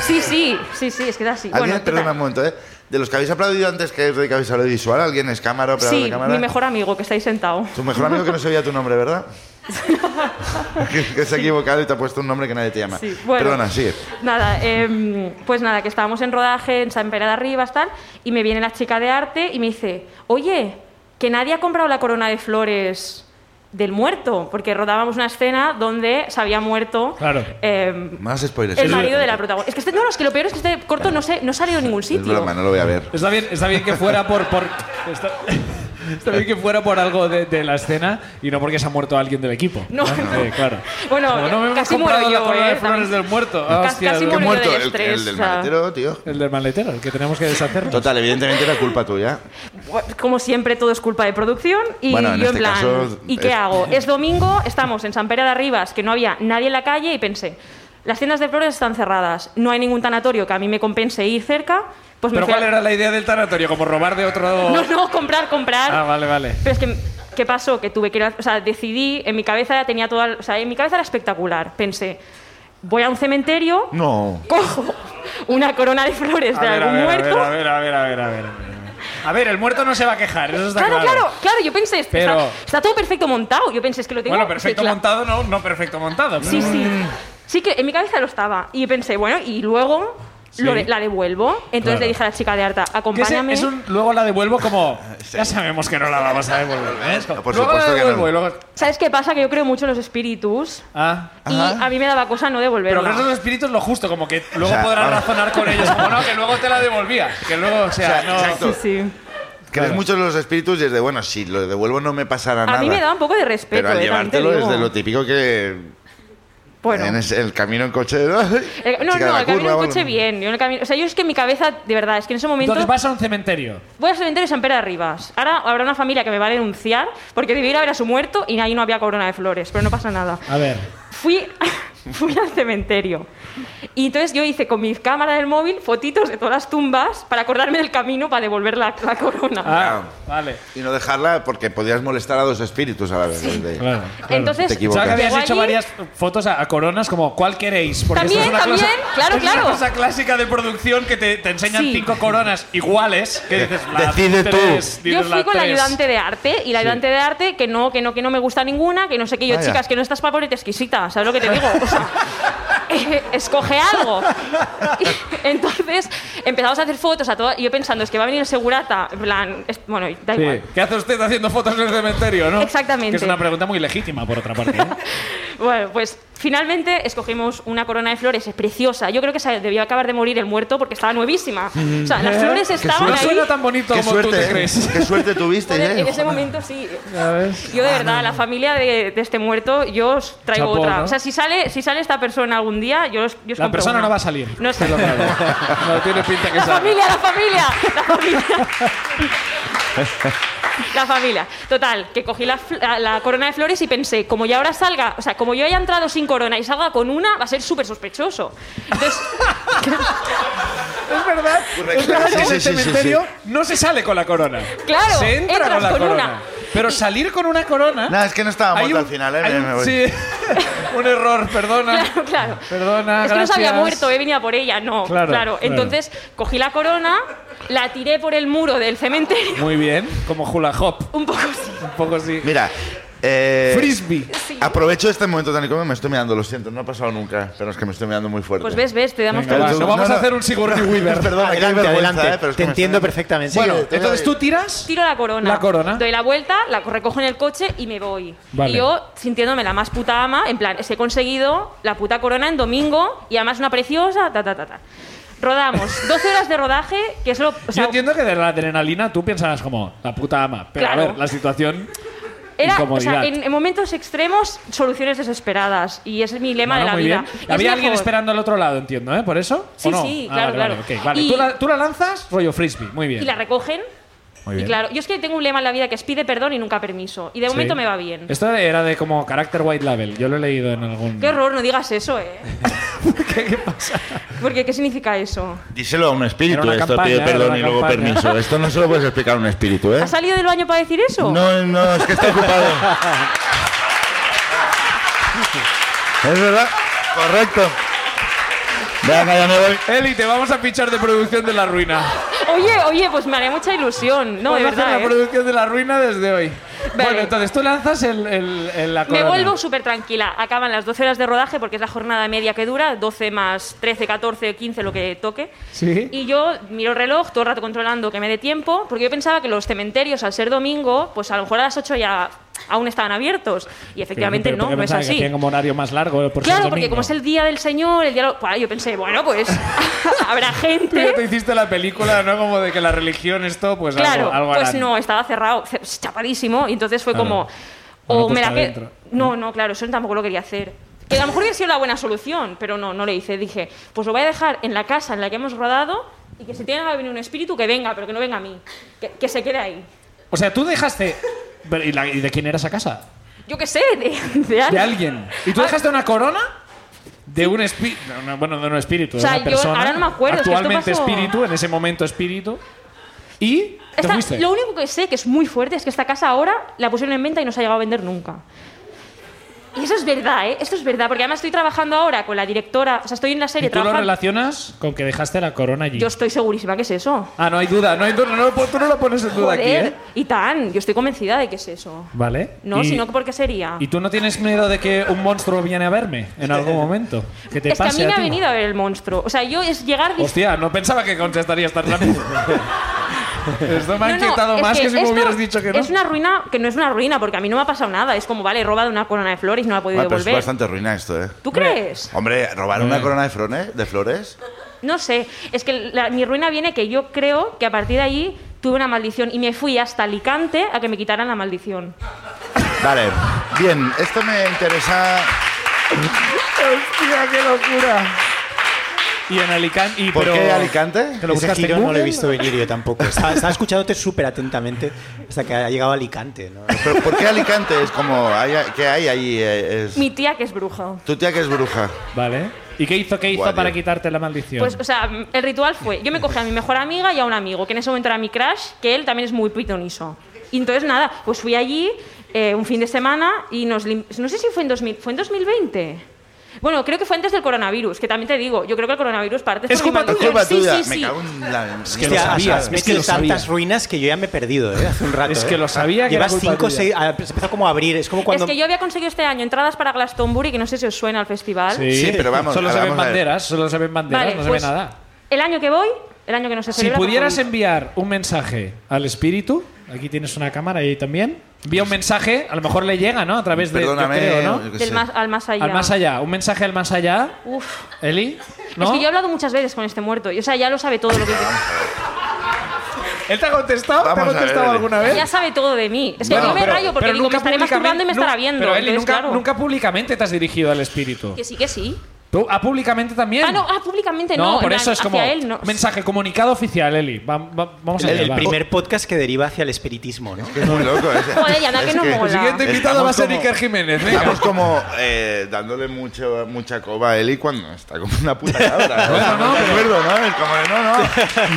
sí, sí, sí, sí, es que da así. Alguien, Bueno, perdona total. un momento, ¿eh? De los que habéis aplaudido antes que os dedicabais a lo visual, ¿alguien es cámara, operador Sí, de cámara? mi mejor amigo que está ahí sentado. Tu mejor amigo que no sabía tu nombre, ¿verdad? que, que se ha equivocado y te ha puesto un nombre que nadie te llama. Sí, bueno. Perdona, sigue. Nada, em, pues nada, que estábamos en rodaje en San Pera de Arribas, tal, y me viene la chica de arte y me dice, oye, que nadie ha comprado la corona de flores del muerto, porque rodábamos una escena donde se había muerto Claro. em, Más spoilers. el marido de la protagonista. Es que este, no, no, es que lo peor es que este corto no, se, no salió de ningún Es sitio. broma, no lo voy a ver. Está bien, está bien que fuera por. por está, está bien que fuera por algo de, de la escena y no porque se ha muerto alguien del equipo. No, no. Eh, claro. Bueno, Como no me hemos casi comprado muero la yo, corona eh, de flores también. del muerto. Ah, Casi- hostia, casi el- ¿Qué muero. muerto? del El, estrés, el del o sea. maletero, tío. El del maletero, el que tenemos que deshacernos. Total, evidentemente era culpa tuya. Como siempre, todo es culpa de producción y Bueno, en yo este en plan, caso, ¿y qué es- hago? Es domingo, estamos en San Pere de Arribas, que no había nadie en la calle y pensé, las tiendas de flores están cerradas, no hay ningún tanatorio que a mí me compense ir cerca, pues me ¿Pero fui a- cuál era la idea del tanatorio? ¿Como robar de otro.? No, no, comprar, comprar. Ah, vale, vale. Pero es que, ¿qué pasó? Que tuve que ir a- O sea, decidí, en mi cabeza tenía toda... O sea, en mi cabeza era espectacular. Pensé, voy a un cementerio, No. cojo una corona de flores A de ver, a algún ver, a muerto... ver, a ver, a ver, a ver, a ver. a ver. A ver, el muerto no se va a quejar, eso está Claro, claro, claro, yo pensé, este, está, Pero- está todo perfecto montado. Yo pensé, es que lo tengo. Bueno, perfecto que- montado, Mm. no, no perfecto montado. Sí, pero- sí. Sí que en mi cabeza lo estaba. Y pensé, bueno, y luego Sí. lo de- la devuelvo. Entonces Claro. le dije a la chica de Arta, Que ese- acompáñame. es un- luego la devuelvo como. Ya sabemos que no la vamos a devolver. ¿eh? Es como, Por luego supuesto la que no. devuelvo y luego. ¿Sabes qué pasa? Que yo creo mucho en los espíritus. Ah. Y a mí me daba cosa no Pero devolverla. crees los espíritus lo justo, como que luego sea, podrás vamos. razonar con ellos. Como no, que luego te la devolvía. Que luego, o sea, O sea, no. exacto. Sí. Crees Claro. mucho en los espíritus y es de, bueno, si lo devuelvo no me pasará A nada. mí me da un poco de respeto. Pero al eh, también te llevártelo es digo. de lo típico que Bueno. en ese- el camino en coche. Eh, no, no, el camino del coche bien. Yo en el camino, o sea, yo es que en mi cabeza, de verdad, es que en ese momento. Entonces vas a un cementerio. Voy al cementerio de San Pere de Arribas. Ahora habrá una familia que me va a denunciar porque debí ir a ver a su muerto y ahí no había corona de flores, pero no pasa nada. A ver. Fui, fui al cementerio. Y entonces yo hice con mi cámara del móvil fotitos de todas las tumbas para acordarme del camino para devolver la, la corona. Ah, Claro. vale. Y no dejarla porque podías molestar a dos espíritus a la vez. De- Claro. claro. Entonces, Te equivocas. Pensaba que habías llego hecho allí- varias fotos a, a coronas, como ¿cuál queréis? Porque También, esto es una también, cosa, claro, es una claro. cosa clásica de producción que te, te enseñan Sí. cinco coronas iguales. Que dices, la Eh, Decide tú. tres, Yo dices, fui con la tres. ayudante de arte y la ayudante de arte que no, que no, que no me gusta ninguna, que no sé qué. Yo, Vaya. chicas, que no estás para ponerte exquisita, ¿sabes lo que te digo? O sea, eh, escoge algo. Y entonces empezamos a hacer fotos a todo. Y yo pensando, es que va a venir el segurata. En plan, es- bueno, da igual. Sí. ¿Qué hace usted haciendo fotos en el cementerio, no? Exactamente. Que es una pregunta muy legítima, por otra parte. ¿eh? Bueno, pues finalmente escogimos una corona de flores, es preciosa. Yo creo que se debió acabar de morir el muerto porque estaba nuevísima. O sea, las flores estaban no ahí. suena tan bonito Qué como tú suerte, te ¿eh? crees. qué suerte tuviste. Joder, ¿eh? en ese momento sí. Yo de verdad, la familia de, de este muerto, yo os traigo Chapó, otra. ¿no? O sea, si sale, si sale esta persona algún día, yo os, yo os La compro persona una. no va a salir. No Esto es lo sale. grave. No tiene pinta que La salga. familia, la familia, la familia. La familia. Total, que cogí la, fl- la- la corona de flores y pensé, como ya ahora salga, o sea, como yo haya entrado sin corona y salga con una, va a ser súper sospechoso. Entonces, Es verdad Correcto. Una vez Sí, en sí, el sí, sí, cementerio no se sale con la corona. Claro, Se entra entras con la con corona. una. Pero salir con una corona. No, es que no estábamos hay un- al final, ¿eh? hay Me- un- me voy. sí, un error, perdona. Claro, claro. Perdona, Es que no se había gracias. muerto, eh. he venido a por ella. No, Claro, claro. claro. Entonces cogí la corona, la tiré por el muro del cementerio. Muy bien, como hula hop. Un poco así. Un poco así. Mira, eh, Frisbee. sí. aprovecho este momento tan incómodo. Me estoy mirando, lo siento, no ha pasado nunca, pero es que me estoy mirando muy fuerte. Pues ves, ves, te damos Venga, Pero va, tú- no vamos no, a no. hacer un Sigourney Weaver. Perdona, qué adelante, vergüenza, adelante. eh, pero es que Te me entiendo está- perfectamente. bueno, Sí, te voy a- entonces tú tiras. Tiro la corona. La corona. Doy la vuelta, la recojo en el coche y me voy. Vale. Y yo sintiéndome la más puta ama, en plan, se he conseguido la puta corona en domingo y además una preciosa, ta, ta, ta, ta. Rodamos 12 horas de rodaje, que es lo. o sea, Yo entiendo que de la adrenalina tú pensarás como la puta ama. Pero a Claro. ver, la situación. Era, o incomodidad. sea, en, en momentos extremos, soluciones desesperadas. Y ese es mi lema Bueno, de la muy vida. bien. Es Había alguien mejor. esperando al otro lado, entiendo, ¿eh? ¿Por eso? ¿O Sí, no? sí, Ah, claro, vale, vale, claro. ok, vale. Y- Tú, la, tú la lanzas, rollo frisbee. Muy bien. Y la recogen. Muy Y bien. claro, yo es que tengo un lema en la vida que es pide perdón y nunca permiso. Y de Sí. momento me va bien. Esto era de como carácter white label. Yo lo he leído en algún. Qué horror, no digas eso, ¿eh? ¿Qué, qué pasa? Porque ¿qué significa eso? Díselo a un espíritu, Era una esto campaña, pide era perdón y una luego campaña. permiso. Esto no se lo puedes explicar a un espíritu, ¿eh? ¿Has salido del baño para decir eso? No, no, es que está ocupado. es verdad, correcto. Venga, ya me voy. Eli, te vamos a fichar de producción de la ruina. Oye, oye, pues me haré mucha ilusión. No, vamos de a Pues hacer verdad. la ¿eh? producción de la ruina desde hoy. Vale. Bueno, entonces tú lanzas el, el- el- la Me corona. vuelvo súper tranquila. Acaban las 12 horas de rodaje porque es la jornada media que dura, 12 más 13, 14, 15, lo que toque. Sí. Y yo miro el reloj todo el rato controlando que me dé tiempo, porque yo pensaba que los cementerios, al ser domingo, pues a lo mejor a las 8 ya aún estaban abiertos. Y efectivamente Pero, pero, no, ¿por qué no es pensaba que así. hacían como horario más largo. Por Claro, porque como es el día del Señor, el día lo- Buah, yo pensé, bueno, pues habrá Tú ya te gente. hiciste la película, ¿no? Como de que la religión, esto, pues Claro, algo, algo pues harán. no, estaba cerrado, ce- chapadísimo, y entonces fue Claro. como Bueno, o pues me la está que- dentro. No, no, claro, eso tampoco lo quería hacer. Que a lo mejor hubiera sido la buena solución, pero no, no lo hice. Dije, pues lo voy a dejar en la casa en la que hemos rodado y que si tiene que venir un espíritu, que venga, pero que no venga a mí. Que, que se quede ahí. O sea, tú dejaste. Pero, ¿y, la- y de quién era esa casa? Yo qué sé, de, de De alguien. alguien. ¿Y Ah. tú dejaste una corona? De un espíritu. Bueno, de un espíritu, O sea, de una yo persona. ahora no me acuerdo, es que esto Actualmente pasó- espíritu, en ese momento espíritu. Y. Te Esta- fuiste. lo único que sé que es muy fuerte es que esta casa ahora la pusieron en venta y no se ha llegado a vender nunca. Y eso es verdad, ¿eh? Esto es verdad, porque además estoy trabajando ahora con la directora, o sea, estoy en la ¿Y serie tú lo trabajando. relacionas con que dejaste la corona allí? Yo estoy segurísima que es eso. Ah, no hay duda, no hay duda. No, lo- tú no lo pones en duda aquí, Joder, ¿eh? y tan, yo estoy convencida de que es eso. Vale. No, Y- sino que porque sería. ¿Y tú no tienes miedo de que un monstruo viene a verme en algún momento? Que te es que a pase mí me ha ti? venido a ver el monstruo. O sea, yo es llegar dis- Hostia, no pensaba que contestarías tan rápido. Esto me ha No, no, inquietado es más que, si me esto hubieras dicho que no. Es una ruina que no es una ruina, porque a mí no me ha pasado nada. Es como, vale, he robado una corona de flores y no la he podido Bueno, pero es devolver. pues bastante ruina esto, ¿eh? ¿Tú crees? Hombre, robar Eh. una corona de, flores- de flores. No sé, es que la- mi ruina viene que yo creo que a partir de allí tuve una maldición y me fui hasta Alicante a que me quitaran la maldición. Vale, bien, esto me interesa. Hostia, qué locura. Y en Alicante. Y, ¿Por pero- qué Alicante? ¿Te lo Ese buscaste en giro no lo he Google? visto venir yo tampoco. Estaba, estaba escuchándote súper atentamente hasta que ha llegado a Alicante. ¿no? ¿Pero ¿Por qué Alicante? Es como. hay- ¿Qué hay allí? Eh, Es... Mi tía que es bruja. Tu tía que es bruja. Vale. ¿Y qué hizo, qué hizo Guau, para tío. quitarte la maldición? Pues, o sea, el ritual fue, yo me cogí a mi mejor amiga y a un amigo, que en ese momento era mi crush, que él también es muy pitoniso. Y entonces, nada, pues fui allí eh, un fin de semana y nos... lim- No sé si fue en, 2000, fue en 2020. Bueno, creo que fue antes del coronavirus, que también te digo, yo creo que el coronavirus parte... Es por mi culpa Es maldición. culpa Sí, tuya. sí, Me sí. cago en la. que lo Hostia, has- sabía, has es metido que lo sabía. tantas ruinas que yo ya me he perdido ¿eh? hace un rato. Es ¿eh? que lo sabía que Llevas era culpa cinco, tuya. seis. ah, Has empezado como a abrir. Es como cuando. Es que yo había conseguido este año entradas para Glastonbury, que no sé si os suena al festival. Sí, pero vamos, Solo se vamos ven a ver. banderas, solo se ven banderas, Vale, no se pues, ve nada. El año que voy, el año que no se Si celebra. pudieras em- pues voy. enviar un mensaje al espíritu, aquí tienes una cámara y ahí también. Envía un mensaje, a lo mejor le llega, ¿no? A través de. yo Perdóname. creo, ¿no? yo qué Del sé. más, al más allá. Al más allá, un mensaje al más allá. Uf. Eli, ¿no? Es que yo he hablado muchas veces con este muerto. Y, o sea, ya lo sabe todo lo que ¿Él te ha contestado? ¿Te ha Vamos a contestado ver, Eli. alguna vez? ya sabe todo de mí. Es que Bueno, yo me rayo porque pero digo, me estaré públicamente- masturbando y me estará nu- viendo. Pero Eli, Entonces, nunca, claro. nunca públicamente te has dirigido al espíritu. Que sí, que sí. Tú- Ah, públicamente también. Ah, no, ah, públicamente no. No, por en eso plan, es como hacia él, no. mensaje comunicado oficial, Eli. Va- va- vamos a El, ver. el va. primer podcast que deriva hacia el espiritismo, ¿no? Que es muy loco. ¿eh? Es, Joder, ya da que es no mola. El siguiente invitado Estamos va a ser como- Iker Jiménez. venga. Estamos como eh, dándole mucho, mucha coba a Eli cuando está como una puta cabra. ¿no? Bueno, no, de pero- acuerdo, ¿no? Es como, de, no, no,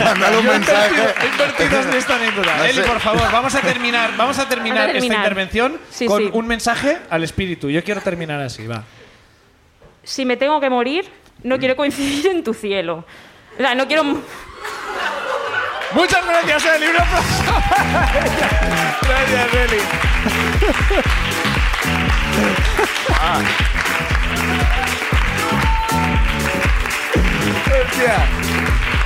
mándale un Yo he invertido- he mensaje. invertido en esta anécdota. No Eli, sé. por favor, vamos a terminar, vamos a terminar, Vamos a esta terminar. intervención Sí, con sí. un mensaje al espíritu. Yo quiero terminar así, va. Si me tengo que morir, no Mm. quiero coincidir en tu cielo. O sea, no quiero. Muchas gracias, Eli. Un aplauso. gracias, Eli. Hostia.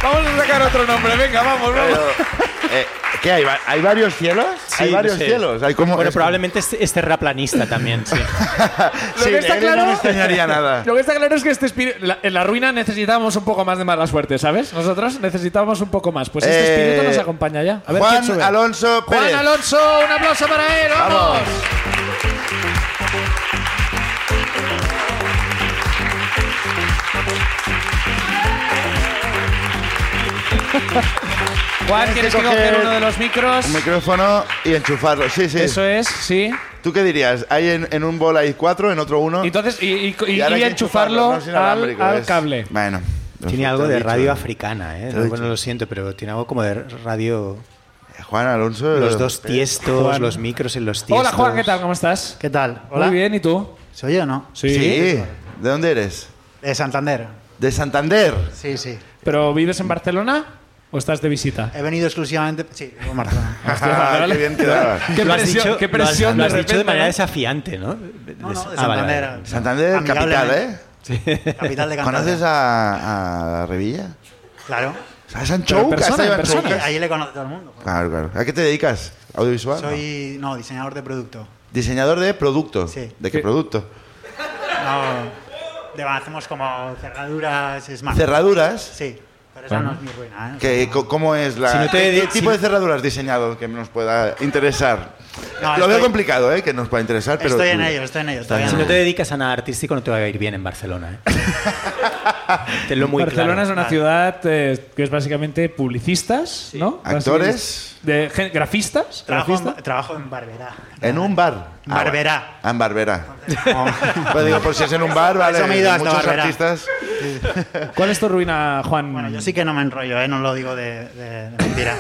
Vamos a sacar otro nombre. Venga, vamos, vamos. Pero, eh, ¿Qué hay? ¿Va- ¿Hay varios cielos? hay Sí, varios sí. cielos. Hay como, Bueno, es- probablemente es, es terraplanista también, sí. Sí, Lo que está Eli claro- no me extrañaría nada. Lo que está claro es que este espíritu, la- en la ruina necesitábamos un poco más de mala suerte, ¿sabes? Nosotros necesitábamos un poco más. Pues este Eh, espíritu nos acompaña ya. A ver quién Juan sube. Alonso Juan Pérez. Alonso, un aplauso para él, vamos. Vamos. Juan, tienes que coger uno de los micros. Un micrófono y enchufarlo. Sí, sí. Eso es, sí. ¿Tú qué dirías? Hay en, en un bol hay cuatro, en otro uno. Entonces, y, y- y- Ah. Y ahora y hay que enchufarlo no pues. es al, inalámbrico, al es- cable. Bueno. Tiene te algo he de dicho. radio africana, Te ¿eh? lo he Bueno, dicho. lo siento, pero tiene algo como de radio... Juan Alonso. eh, Los dos tiestos, Juan. los micros en los tiestos. Hola Juan, ¿qué tal? ¿Cómo estás? ¿Qué tal? Hola. Muy bien, ¿y tú? ¿Se oye o no? Sí. ¿De dónde eres? De Santander. De Santander. Sí, sí. ¿Pero vives en Barcelona o estás de visita? He venido exclusivamente. Sí, por Barcelona. Ajá, Ah, qué bien quedaba. Qué Lo has presión, dicho- qué lo has- presión lo de has dicho de repente, ¿eh? manera ¿no? desafiante, ¿no? No, no, de Ah, vale, Santander. vale. Santander, capital, Amigablemente. ¿eh? Capital de Cantabria. ¿Conoces a, a Revilla? Claro. ¿A Sancho? Pero en persona, en persona. Ahí, ahí le conoce todo el mundo. pues. Claro, claro. ¿A qué te dedicas? ¿Audiovisual? Soy, no, diseñador de producto. No. Diseñador de producto. Sí. ¿De ¿Qué? qué, producto? No, de- hacemos como cerraduras Ah. smart. Cerraduras. Sí, pero esa no es mi ruina. ¿eh? ¿Qué- co- ¿Cómo es la.? Si no ¿Qué, te qué dedi- tipo si- de cerradura has diseñado que nos pueda interesar? No, Lo veo estoy- complicado, ¿eh? Que nos pueda interesar, pero. estoy en tú- ello, estoy en ello. Está todavía Si no no. te dedicas a nada artístico, no te va a ir bien en Barcelona. ¿eh? Tenlo muy Ah. Barcelona claro. es una Vale. ciudad eh, que es básicamente publicistas, ¿no? Actores. De, gen- grafistas. Trabajo grafistas. en, trabajo en Barberá. En un bar. En Barberá. Ah, en Barbera. Como- Pues digo, por si es en un bar, vale. Eso me he ido hasta muchos Barberá. artistas. ¿Cuál es tu ruina, Juan? Bueno, yo sí que no me enrollo, ¿eh? no lo digo de, de- de mentira.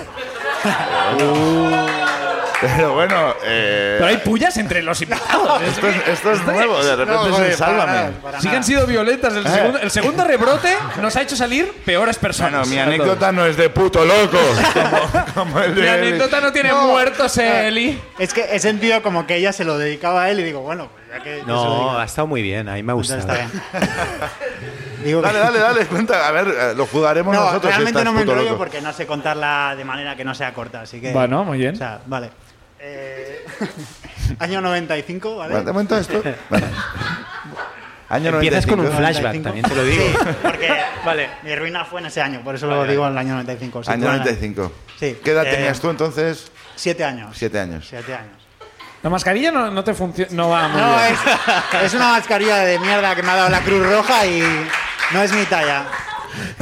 Pero bueno, eh, Pero hay pullas entre los invitados. ¿eh? Es esto, es, que- esto es nuevo, de repente No, es joder, el para sálvame. nada, para Sí que Ah. nada. han sido violentas. Eh. El, segundo, el segundo rebrote nos ha hecho salir peores personas. Bueno, mi A todos. anécdota no es de puto loco. Como, como el de Mi Eli. anécdota no tiene muertos, Ah. eh, Eli. Es que he sentido como que ella se lo dedicaba a él y digo, bueno, pues ya que. que se lo No, dedica. ha estado muy bien, a mí me ha Entonces gustado. está bien. Digo que- Dale, dale, dale, cuenta. A ver, eh, lo juzgaremos No, nosotros. si realmente estás no me puto enrollo loco. porque no sé contarla de manera que no sea corta, así que. Bueno, muy bien. O sea, vale. Eh, año 95, ¿vale? Bueno, de momento esto. Vale. Año Empiezas con un 95. flashback, 95. también te lo digo. Sí, porque Vale. mi ruina fue en ese año, por eso lo digo en el año 95. sí, Año bueno, 95. Sí. ¿Qué edad Eh, tenías tú entonces? Siete años. Siete años. Siete años. La mascarilla no, no te funciona. No va muy No, eh. bien. es, es una mascarilla de mierda que me ha dado la Cruz Roja y no es mi talla.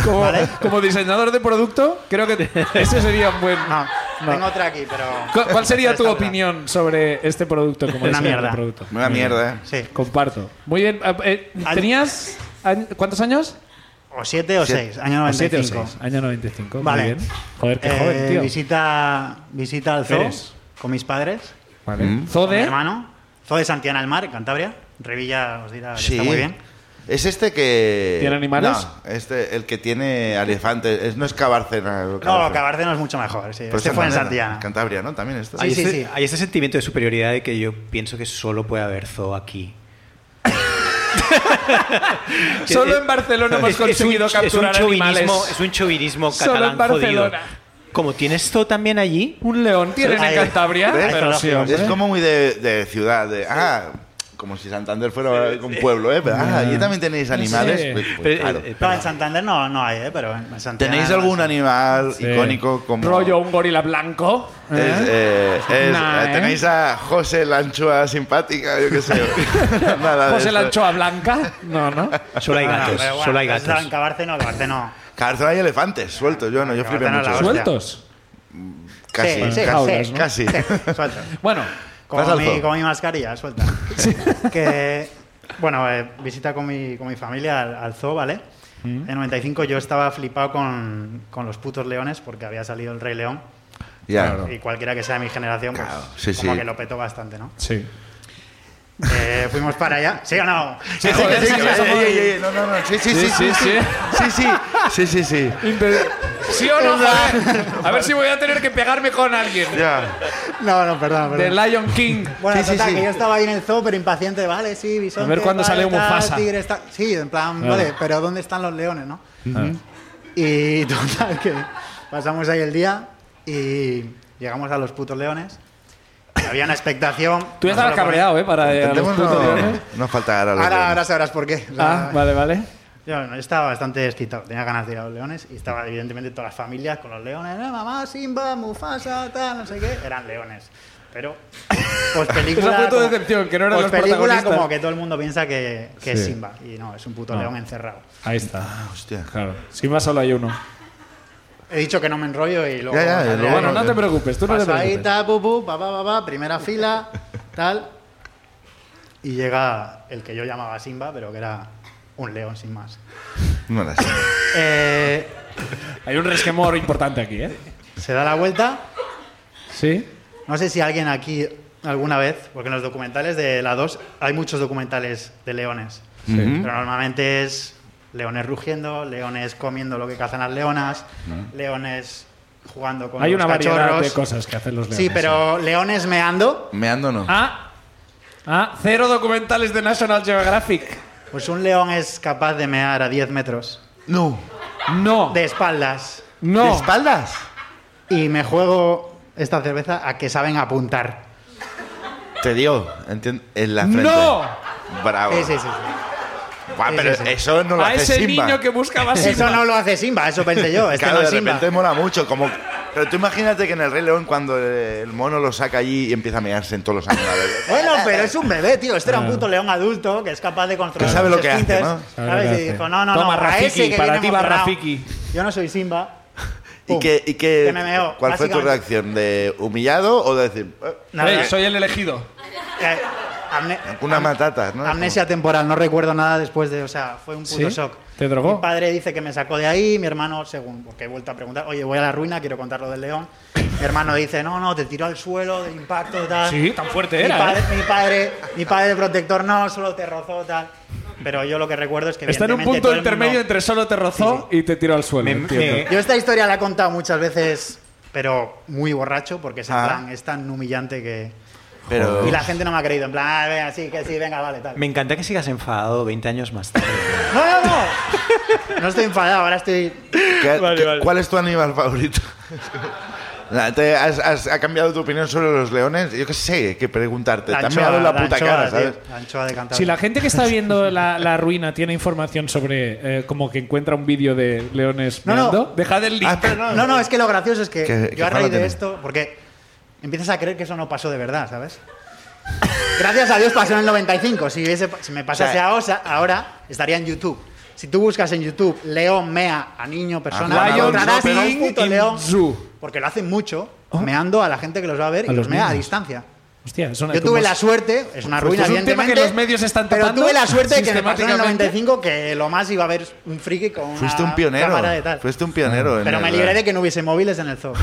Como, Vale. como diseñador de producto, creo que ese sería un buen. No, Ah, No. Ah, tengo otra aquí, pero... ¿Cu- ¿Cuál sería tu Esta otra. opinión sobre este producto? Como Una diseñador de mierda. producto? Una mierda, ¿eh? Sí, Comparto. Muy bien. eh, eh, Año- ¿Tenías año- cuántos años? o siete o Siete. seis, año O 95. siete o seis. Año 95. Vale. Muy bien. Joder, qué Eh, joven, tío. Visita, visita al zoo Eres. con mis padres, Vale. Mm. con mi Zode. hermano. Zoo de Santiana del Mar, en Cantabria. Revilla os dirá que Sí. está muy bien. ¿Es este que. ¿Tiene animales? No, este, el que tiene elefantes. Es, no es Cabárcena. No, Cabárceno es mucho mejor, sí. Pero este fue en Santander, Santiana. Cantabria, ¿no? También está. Sí, hay, sí, este, sí. hay este sentimiento de superioridad de que yo pienso que solo puede haber zoo aquí. Solo en Barcelona hemos conseguido capturar animales. chauvinismo- Es un chauvinismo Solo en catalán jodido. Barcelona. Como tienes zoo también allí, Un león tienen en Ahí. Cantabria. ¿Ves? Ah, pues Pero sí, Zoológico. hombre. Es como muy de, de ciudad. de, ah, como si Santander fuera un pueblo, ¿eh? Pero, ah, allí también tenéis animales. Sí. Pues, pues, Pero, eh, claro. eh, No, en Santander no, no hay, ¿eh? Pero en Santander... ¿Tenéis algún animal Sí. icónico como... Rollo un gorila blanco. Es, eh, es- Nah, eh, ¿eh? Tenéis a José la anchoa simpática, yo qué sé. Nada de José la esto. anchoa blanca. No, no. Solo hay Ah, No, no, gatos, pero bueno, solo hay pues entonces gatos. En Cabarce no, Cabarce no. Cabezón hay elefantes sueltos, yo no, yo flipé Cabezón a mucho. la Suel- hostia. Sueltos. Casi, Sí, sí, casi, jaulas, ¿no? casi. Suelta. Bueno, Vas Como al mi, zoo. como mi mascarilla, eh, suelta. que, bueno, eh, visita con mi, con mi familia al, al zoo, ¿vale? Mm. En 95 yo estaba flipado con, con los putos leones porque había salido el Rey León Ya. y cualquiera que sea de mi generación, pues Claro, sí, como sí. que lo petó bastante, ¿no? sí. Eh, fuimos para allá. ¿Sí o no? Sí, sí, Joder, sí, sí, sí, ya sí, somos- sí, sí, no, no, no, sí, sí, sí, sí, sí, sí, sí, sí, sí, sí. ¿Sí o no? joder? A ver si voy a tener que pegarme con alguien. Ya. No, no, perdón, The perdón. Lion King. Bueno, Sí, sí, total, sí. que yo estaba ahí en el zoo, pero impaciente, vale, sí, bisonte, A ver cuándo vale, sale un tal, Mufasa. tigre, está- Sí, en plan, Claro. vale, pero ¿dónde están los leones, no? Y total, que pasamos ahí el día y llegamos a los putos leones. Y había una expectación. Tú ya estabas cabreado, ¿eh? Para eh, a los Tenemos putos no- leones. no falta ahora los Ahora, leones. ahora sabrás por qué. O sea, Ah, vale, vale. yo, no, yo estaba bastante excitado, tenía ganas de ir a los leones y estaba evidentemente todas las familias con los leones. "Eh, mamá, Simba, Mufasa, tal, no sé qué. Eran leones. Pero, pues película. Esa fue tu como- decepción, que no eran los pues película protagonistas. como que todo el mundo piensa que, que es Sí. Simba. Y no, es un puto No. león encerrado. Ahí está. Hostia. Claro. Si más solo hay uno. He dicho que no me enrollo y luego. Ya, ya, saldré lo ahí. Bueno, no te preocupes, tú no te preocupes. Pasadita, pu, pu, pa, pa, pa, pa, primera fila, tal. Y llega el que yo llamaba Simba, pero que era un león sin más. No la sé. Eh, Hay un resquemor importante aquí, ¿eh? se da la vuelta. Sí. No sé si alguien aquí alguna vez, porque en los documentales de la 2 hay muchos documentales de leones. Ujú. Pero normalmente es leones rugiendo, leones comiendo lo que cazan las leonas, leones jugando con Hay los una variedad cachorros. de cosas que hacen los leones. Sí, pero leones meando. Meando no. Ah, ah, cero documentales de National Geographic. Pues un león es capaz de mear a 10 metros No. No, de espaldas. no. ¿De espaldas? Y me juego esta cerveza a que saben apuntar. Te dio, entiendo, en la frente. ¡No! Bravo. Sí, sí, sí, sí. Buah, Sí, pero sí, sí. eso no lo a hace ese Simba. niño que buscaba Simba. Eso no lo hace Simba, eso pensé yo. Este claro, no de es Simba. repente mola mucho, como... Pero tú imagínate que en el Rey León cuando eh, el mono lo saca allí y empieza a mearse en todos los animales. Bueno, pero es un bebé, tío. Este era un puto león adulto que es capaz de controlar. Que sabe los lo que hace, esfínteres, ¿no? Ah. Sabe ¿sabes? lo que Y hace. dijo, no, no, Toma, no. a ese Rafiki, que para viene ti va emocionado. Rafiki. Yo no soy Simba. ¿Y, Pum. que, y que- Que me meó, ¿Cuál fue tu básicamente. reacción? ¿De humillado o de decir... eh, Nada, Ey, soy el elegido. eh, amne- Una am- matata, ¿no? Amnesia temporal, no recuerdo nada después de, o sea, fue un puto ¿Sí? shock. ¿Te drogó? Mi padre dice que me sacó de ahí, mi hermano, según, porque he vuelto a preguntar, oye, voy a la ruina, quiero contar lo del león. Mi hermano dice, no, no, te tiró al suelo de impacto, tal. Sí, tan fuerte mi era, Padre, ¿eh? mi padre, mi padre protector, no, solo te rozó, tal. Pero yo lo que recuerdo es que. Está en un evidentemente punto todo el mundo- intermedio entre solo te rozó y te tiró al suelo. Me- entiendo. me- Yo esta historia la he contado muchas veces, pero muy borracho, porque es en Ah. plan, es tan humillante que. Pero... Y la gente no me ha creído, en plan, ah, venga, sí, que sí, venga, vale, tal. Me encanta que sigas enfadado 20 años más tarde. No, no, no. No estoy enfadado, ahora estoy. ¿Qué- Vale, qué- vale. ¿Cuál es tu animal favorito? Nah, te- has, has- ha cambiado tu opinión sobre los leones? Yo qué sé, que preguntarte. Te han meado en la puta anchoa, cara, tío, ¿sabes? la anchoa de Cantabria. Si la gente que está viendo la, la ruina tiene información sobre eh, como que encuentra un vídeo de leones No, no. meando, dejad el link. Ah, pero No, no, es que lo gracioso es que Que- que yo a fama raíz de tiene. esto, porque empiezas a creer que eso no pasó de verdad, ¿sabes? Gracias a Dios pasó en el 95. Si, hubiese- si me pasase O sea, ahora, ahora estaría en YouTube. Si tú buscas en YouTube León mea a niño, persona, Ah, no Lion encontrarás King ningún puto in león. zoo. Porque lo hacen mucho, Oh. meando a la gente que los va a ver A y los los mea a niños. distancia. Hostia, es una- Yo como- tuve la suerte, es una Pues ruina, es un tema que evidentemente. los medios están Pero tapando tuve la suerte de que me pasó en el sistemáticamente. 95 que lo más iba a ver un friki con una Fuiste un pionero. cámara de tal. Fuiste un pionero. ¿eh? en Pero me el- libré de que no hubiese móviles en el zoo.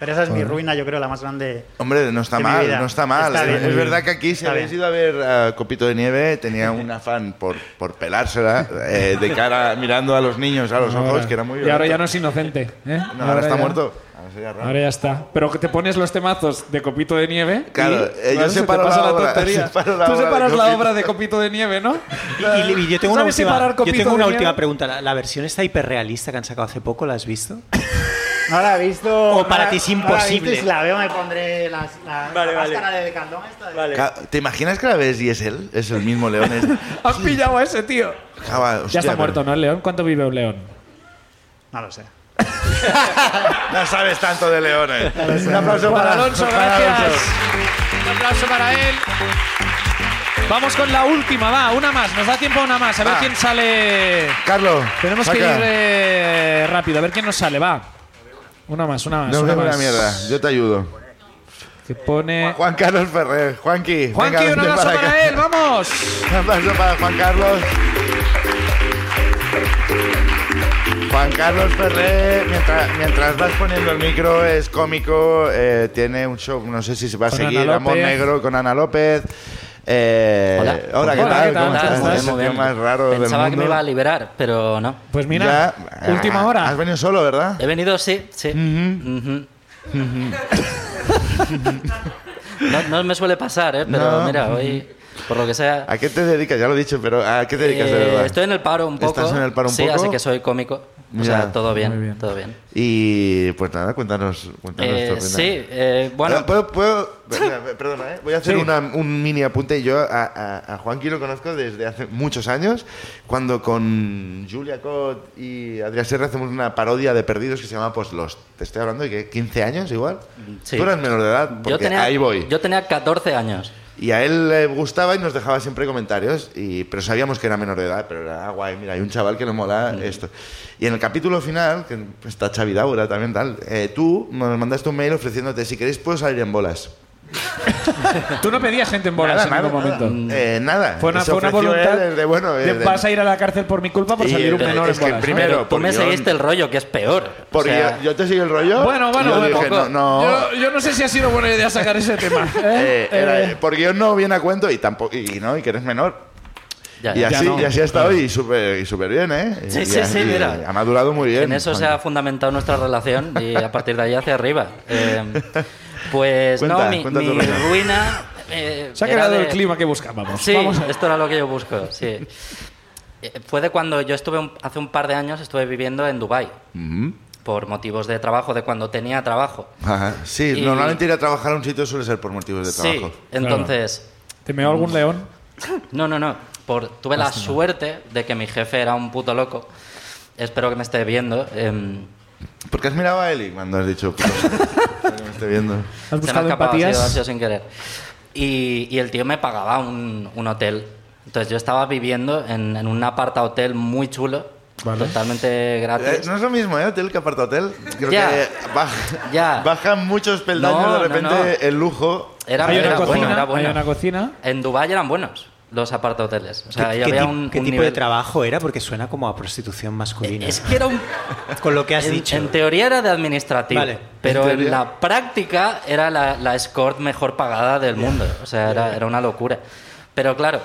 Pero esa es mi ruina, yo creo, la más grande. Hombre, no está de mi mal, vida. no está mal. Está bien, es muy bien. verdad que aquí, si Está habéis bien. ido a ver a Copito de Nieve, tenía un afán por, por pelársela eh, de cara mirando a los niños a los Ahora. ojos, que era muy Y ahora violento. ya no es inocente. ¿eh? No, ahora está ya- muerto. Ahora sería raro. Ahora ya está. Pero que te pones los temazos de copito de nieve. y, Claro, eh, yo claro, se te separo la pasa la obra, tontería. separo la Tú obra de separas la Copito. obra de copito de nieve, ¿no? Y, y- y yo tengo una ¿Sabes última, separar yo Copito tengo de una Nieve? última pregunta. ¿La, la versión esta hiperrealista que han sacado hace poco, ¿la has visto? No la he visto. O no para la- ti es no la he visto y imposible. si la veo, me pondré las- la, la Vale, vale. máscara de Caldón esta. de- Vale. Ca- ¿Te imaginas que la ves y es él? Es el mismo león. es- Has pillado a ese tío. Java, ya hostia, está pero- muerto, ¿no? El león. ¿Cuánto vive un león? No lo sé. No sabes tanto de leones. Un aplauso Juan para Alonso, para gracias. Alonso. Un aplauso para él. Vamos con la última, va, una más. Nos da tiempo a una más. A ver Va. quién sale. Carlos, Tenemos que saca. ir eh, rápido, a ver quién nos sale, va. Una más, una más. No una me la más. mierda, yo te ayudo. Eh. Que pone. Juan Carlos Ferrer, Juanqui. Juanqui, venga, un vente abrazo acá. para él, vamos. Un aplauso para Juan Carlos. Juan Carlos Ferrer, mientras, mientras vas poniendo el micro, es cómico, eh, tiene un show, no sé si se va a Con seguir, Ana Amor López. Negro con Ana López. Eh, Hola. ¿qué Hola, tal? ¿qué tal? ¿Cómo ¿Cómo estás? estás? Es el tío más raro del Pensaba que me mundo. iba a liberar, pero no. Pues mira, Ya- última Ah, hora. Has venido solo, ¿verdad? He venido, sí, sí. Ujú. no, no me suele pasar, ¿eh? pero No. mira, hoy, por lo que sea, ¿A qué te dedicas? Ya lo he dicho, pero ¿a qué te dedicas de eh, verdad? estoy en el paro un poco. ¿Estás en el paro un sí, poco? así que soy cómico. Ya. O sea, todo bien, Muy bien. todo bien. Y pues nada, cuéntanos. cuéntanos Eh, tu opinión. sí, eh, bueno, ¿Puedo, puedo- perdona, perdona, ¿eh? voy a hacer Sí. una- un mini apunte. Yo a, a, a Juanqui lo conozco desde hace muchos años, cuando con Julia Cott y Adrián Serra hacemos una parodia de Perdidos que se llama Pues Los. Te estoy hablando de que 15 años igual. Sí. Tú eras menor de edad, porque yo, tenía, ahí voy. yo tenía 14 años. Y a él le gustaba y nos dejaba siempre comentarios, y, pero sabíamos que era menor de edad, pero era "Ah, guay, mira, hay un chaval que le mola Mm. esto. Y en el capítulo final, que está Xavi Daura también tal, eh, tú nos mandaste un mail ofreciéndote, si queréis puedo salir en bolas. tú no pedías gente en bolas en ningún momento. Eh, nada. Fue una, Se fue una ofreció voluntad. él, el de, bueno, de, el de- vas a ir a la cárcel por mi culpa por Y salir un el- menor es en que el bolas. ¿no? primer- Primero, Pero tú por me guión. seguiste el rollo, que es peor. O Porque sea, yo, yo te sigo el rollo. Bueno, bueno, y yo bueno. dije, no, no, Yo, yo no sé si ha sido buena idea sacar ese tema. ¿eh? eh, era, Eh, eh, por guión no viene a cuento y tampoco y, no y que eres menor ya, y ya. así Ya no. y así ha estado y súper y súper bien eh Y- Sí, y- sí, sí, y- mira. ha madurado muy bien En eso se ha fundamentado nuestra relación y a partir de ahí hacia arriba. Eh, pues Cuenta, no, mi, cuenta tu mi ruina. ruina... eh, se ha era quedado el de- clima que buscábamos. Sí, Vamos a- esto era lo que yo busco, sí. Eh, Fue de cuando yo estuve, un- hace un par de años, estuve viviendo en Dubái Ujú. por motivos de trabajo, de cuando tenía trabajo. Ajá. sí Y- normalmente ir a trabajar a un sitio suele ser por motivos de Sí, trabajo entonces... ¿Te meó algún león? No, no, no. Por, tuve la suerte de que mi jefe era un puto loco. Espero que me esté viendo. em, ¿por qué has mirado a Eli cuando has dicho "Puto, me estoy viendo ¿Has Se me ha buscado escapado, ha sido- ha empatías? sido sin querer. Y, y el tío me pagaba un, un hotel. Entonces yo estaba viviendo en, en un aparta hotel muy chulo, Vale. totalmente Eh, gratis. no es lo mismo, ¿eh? Hotel que aparta hotel. Creo Ya. que baj- Ya. bajan muchos peldaños No, de repente no, no. el lujo. Era, Hay una era bueno, cocina, era hay bueno. una cocina. En Dubái eran buenos los aparta hoteles. O sea, ¿Qué, ahí qué había tip- un, qué un tipo de nivel- trabajo era? Porque suena como a prostitución masculina. Es que era un... Con lo que has en, dicho. en teoría era de administrativo, Vale. pero ¿En en, teoría? la práctica era la, la escort mejor pagada del mundo. O sea, era, era una locura. Pero claro,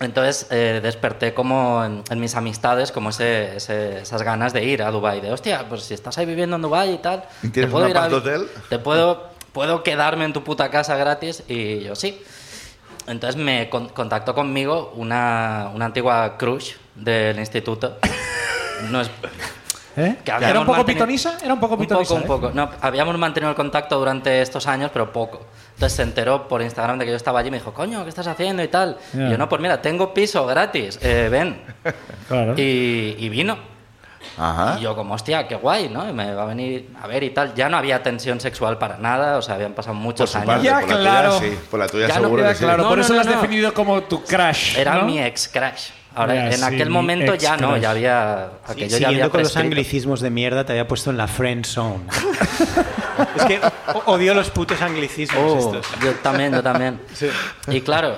entonces eh, desperté como en, en mis amistades, como ese- ese- esas ganas de ir a Dubai De hostia, pues si estás ahí viviendo en Dubai y tal, ¿Y tienes un ir a- apartohotel? Te puedo, puedo quedarme en tu puta casa gratis. Y yo sí. Entonces me con- contactó conmigo una, una antigua crush del instituto. No es, ¿Eh? que ¿Era un habíamos poco mantenido- pitonisa? Era un poco pitonisa. Un ¿eh? poco, un poco. No, habíamos mantenido el contacto durante estos años, pero poco. Entonces se enteró por Instagram de que yo estaba allí y me dijo, coño, ¿qué estás haciendo y tal? Ya. Y yo, no, pues mira, tengo piso gratis, eh, ven. Claro. Y, y vino. Ah. Ajá. Y yo como, hostia, qué guay, ¿no? Y me va a venir a ver y tal. Ya no había tensión sexual para nada, o sea, habían pasado por muchos su años. parte, Ya, por la claro. tuya sí. Por la tuya Ya no seguro queda que sí. Claro, No, por no, eso lo no, has no. definido como tu crush. Era ¿no? mi ex crash. Ahora, Ya, en sí, aquel mi momento ya no, ex-crush. ya había... Sí, aquello ya siguiendo había con los prescrito. anglicismos de mierda, te había puesto en la friend zone. es que o- odio los putos anglicismos Oh, estos. yo también, yo también. Y claro,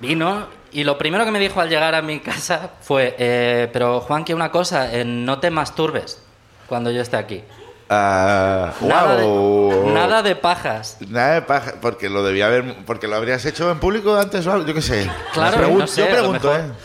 vino y lo primero que me dijo al llegar a mi casa fue, eh, pero Juan, que una cosa, eh, no te masturbes cuando yo esté aquí. Ah, Nada, guau. de, nada de pajas. Nada de paja, porque lo debía haber, porque lo habrías hecho en público antes o algo, yo qué sé. Claro, Pregun- no sé, yo a lo pregunto, ¿eh? mejor-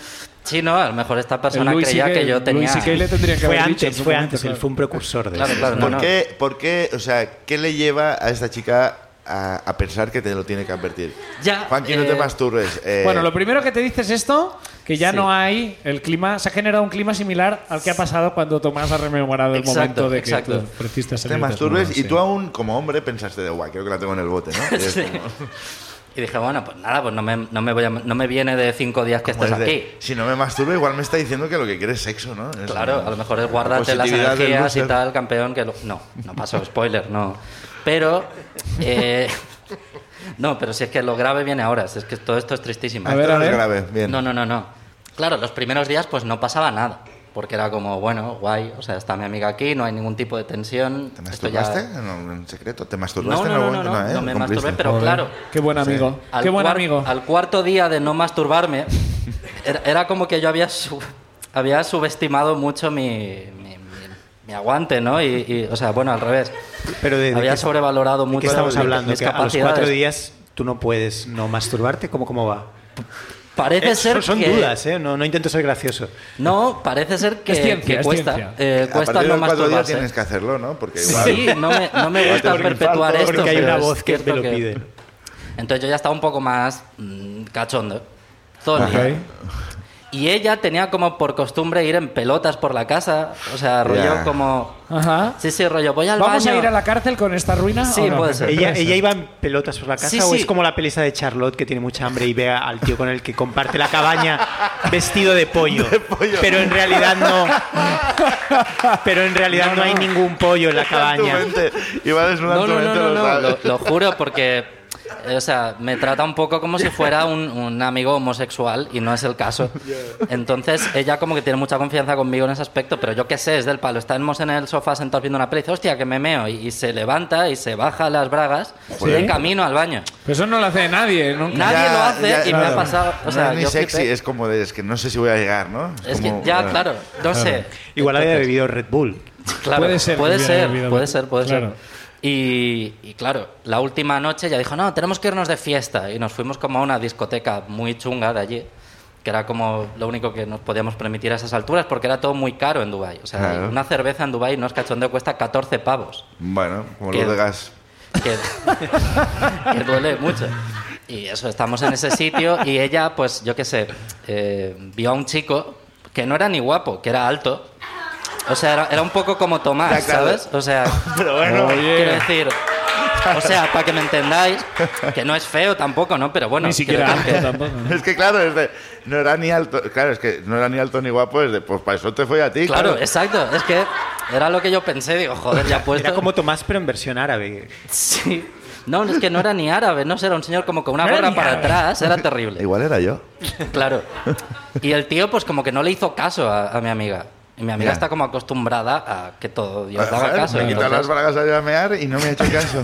Sí, no, a lo mejor esta persona creía que yo tenía... Luis le tendrían que Fue haber dicho en antes, su fue momento, antes, él claro. fue un precursor de Claro, eso. claro, no, ¿Por no. qué, por qué, o sea, qué le lleva a esta chica a, a pensar que te lo tiene que advertir. Ya, Juanqui, no te eh, masturbes. eh, Bueno, lo primero que te dices es esto, que ya Sí. no hay el clima, se ha generado un clima similar al que ha pasado cuando Tomás ha rememorado el Exacto, momento de que exacto. los precistas te salieron masturbes desnudos, y sí. tú aún, como hombre, pensaste de guay, creo que la tengo en el bote, ¿no? Y es Sí. como- Y dije, bueno, pues nada, pues no me, no me, voy a- no me viene de cinco días que como estés es Pues de, aquí. si no me masturbo, igual me está diciendo que lo que quiere es sexo, ¿no? Es Claro, una- a lo mejor es guardarte las positividad del energías y loser. tal, campeón, que lo- No, no pasó, spoiler, no. Pero... eh, no, pero si es que lo grave viene ahora, si es que todo esto es tristísimo. Ah, A ver, esto a no es ver. grave, bien. No, no, no, no. Claro, los primeros días pues no pasaba nada, porque era como, bueno, guay, o sea, está mi amiga aquí, no hay ningún tipo de tensión. ¿Te esto ya- masturbaste en, en secreto? ¿Te No, masturbaste no, en no, algún no, momento? no, ¿eh? no me Cumpliste. masturbé, pero Joder, claro. Qué buen amigo. Al Qué buen cuar- amigo. Al cuarto día de no masturbarme, era, era como que yo había, sub- había subestimado mucho mi, mi- mi- mi aguante, ¿no? Y, y, o sea, bueno, al revés. Pero de, de había qué- sobrevalorado ¿de mucho qué estamos mi- hablando? mis Que a los cuatro capacidades. días tú no puedes no masturbarte. ¿Cómo, cómo va? Parece Eh, ser son son que- dudas, ¿eh? No, no intento ser gracioso. No, parece ser que, Es ciencia, que es cuesta. ciencia. eh, A cuesta partir no del cuatro días masturbarse. tienes que hacerlo, ¿no? Porque igual... Sí, no me, no me Igual gusta te da un perpetuar infarto, esto. Porque hay pero una es voz que te cierto lo pide. Entonces yo ya estaba un poco más mm, cachondo. Todo el día. Ajá. Y ella tenía como por costumbre ir en pelotas por la casa. O sea, rollo Ya. como. Ajá. Sí, sí, rollo, voy al ¿Vamos baño. a ir a la cárcel con esta ruina? Sí, o no? puede ser. ¿Ella, ¿Ella iba en pelotas por la casa Sí, o sí. es como la pelisa de Charlotte que tiene mucha hambre y ve a- al tío con el que comparte la cabaña vestido de pollo? Pero en realidad no. Pero en realidad no, hay ningún pollo en la Iba en tu cabaña. mente, Iba desnudando No, no, tu no, mente, no, lo no, Lo, sabes. lo juro porque. eh, O sea, me trata un poco como si fuera un, un amigo homosexual y no es el caso. Entonces, ella como que tiene mucha confianza conmigo en ese aspecto, pero yo qué sé, es del palo. Estamos en el sofá sentados viendo una peli y dice, hostia, que me meo. Y, y se levanta y se baja las bragas Joder. y camino al baño. Pero eso no lo hace nadie, nunca. Nadie Ya- lo hace ya- y me claro. ha pasado. O sea, no es ni yo sexy, flipé. es como de, es que no sé si voy a llegar, ¿no? Es Es que como- ya, eh, claro, no sé. Igual había Entonces- bebido Red Bull. Claro, Puede ser que Puede hubiera ser, bebido puede alcohol. ser, puede Claro. ser. Y, y claro, la última noche ya dijo, no, tenemos que irnos de fiesta. Y nos fuimos como a una discoteca muy chunga de allí, que era como lo único que nos podíamos permitir a esas alturas, porque era todo muy caro en Dubái. O sea, Claro. una cerveza en Dubái no es cachondeo, cuesta 14 pavos, Bueno, como Que- lo de gas. que, que duele mucho. Y eso, estamos en ese sitio y ella, pues yo qué sé, eh, vio a un chico que no era ni guapo, que era alto. O sea, era, era un poco como Tomás, Ya, claro. ¿sabes? O sea, Pero bueno, Oye. Quiero decir, o sea, para que me entendáis, que no es feo tampoco, ¿no? Pero bueno, Ni siquiera quiero decir antes que- tampoco. ¿no? es que claro, es de, no era ni alto, claro, es que no era ni alto ni guapo, es de, pues para eso te fue a ti. Claro, exacto, es que era lo que yo pensé, digo, joder, ya puesto. Era como Tomás, pero en versión árabe. Sí. No, es que no era ni árabe, no sé, era un señor como con una No era gorra ni para árabe. atrás, era terrible. Igual era yo. Claro. Y el tío, pues como que no le hizo caso a, a mi amiga. Y mi amiga Ya. está como acostumbrada a que todo Dios daba Joder, caso. me he quitado entonces- las bragas a llamear y no me ha hecho caso.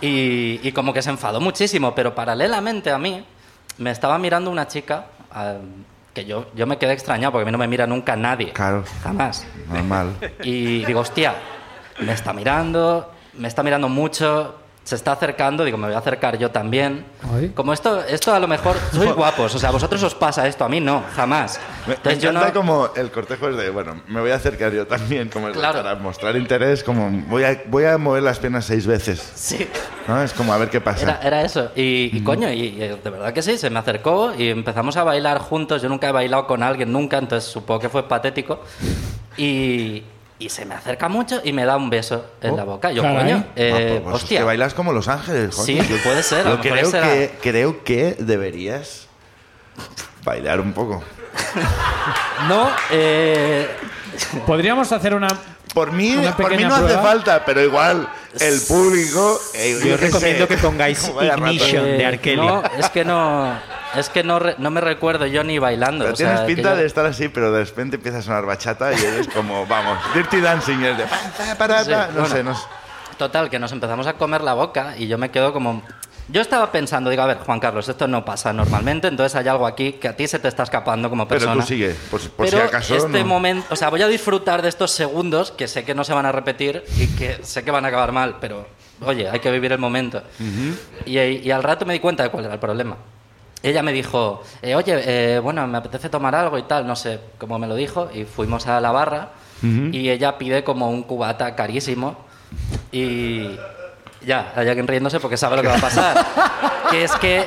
Y, y como que se enfadó muchísimo, pero paralelamente a mí me estaba mirando una chica ah, que yo, yo me quedé extrañado porque a mí no me mira nunca nadie. Claro. Jamás. Normal. Y digo, hostia, me está mirando, me está mirando mucho, se está acercando, digo, me voy a acercar yo también. Ay. Como esto, esto a lo mejor sois guapos, o sea, a vosotros os pasa esto, a mí no, jamás. Me, me Entonces yo encanta no- como el cortejo es de, bueno, me voy a acercar yo también, como es de, Claro. para mostrar interés, como voy a, voy a mover las piernas seis veces. Sí. ¿no? Es como a ver qué Era, pasa. era eso. Y, Mm. y coño, y, y de verdad que sí, se me acercó y empezamos a bailar juntos. Yo nunca he bailado con alguien, nunca, entonces supongo que fue patético. Y, y se me acerca mucho y me da un beso en Oh, la boca. Yo, caray. coño, eh, Ah, pues, pues, Es hostia. que bailas como Los Ángeles, Sí, joder. Yo- puede ser, a yo lo mejor creo, será- que, creo que deberías bailar un poco. No, eh, Podríamos hacer una. Por mí, Una por mí pequeña no hace prueba. falta, pero igual el público. eh, Yo qué recomiendo sé. que pongáis Vaya rato. Ignition. eh, de R. Kelly. No, es que no, es que no, re- no me recuerdo yo ni bailando. Pero o sea, tienes que pinta yo- de estar así, pero de repente empieza a sonar bachata y eres como, vamos, Dirty Dancing, es de. pa, pa, para, Sí, pa. no bueno. sé, no sé. Total, que nos empezamos a comer la boca y yo me quedo como... Yo estaba pensando, digo, a ver, Juan Carlos, esto no pasa normalmente, entonces hay algo aquí que a ti se te está escapando como Pero persona. tú sigue, por, si- por Pero si acaso. este no. momento, o sea, voy a disfrutar de estos segundos que sé que no se van a repetir y que sé que van a acabar mal, pero oye, hay que vivir el momento. y, y al rato me di cuenta de cuál era el problema. Ella me dijo, eh, oye, eh, bueno, me apetece tomar algo y tal, no sé cómo me lo dijo, y fuimos a la barra y ella pide como un cubata carísimo y, Ya, hay alguien riéndose porque sabe lo que va a pasar. que es que,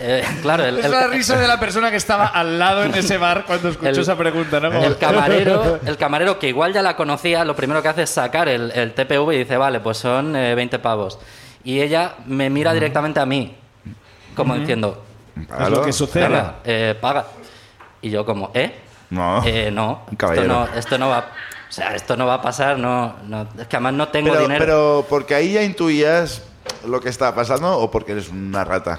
eh, claro, el, Es el- la risa de la persona que estaba al lado en ese bar cuando escuchó El- esa pregunta, ¿no? Como- el camarero, el camarero que igual ya la conocía, lo primero que hace es sacar el, el TPV y dice, vale, pues son eh, 20 pavos. Y ella me mira directamente a mí, como diciendo, Es lo que sucede. "Paga, eh, paga. Y yo como, ¿eh? No. Eh, no, esto Caballero. no, esto no va... O sea, esto no va a pasar, no, no- es que además no tengo pero, dinero. pero porque ahí ya intuías lo que estaba pasando o porque eres una rata.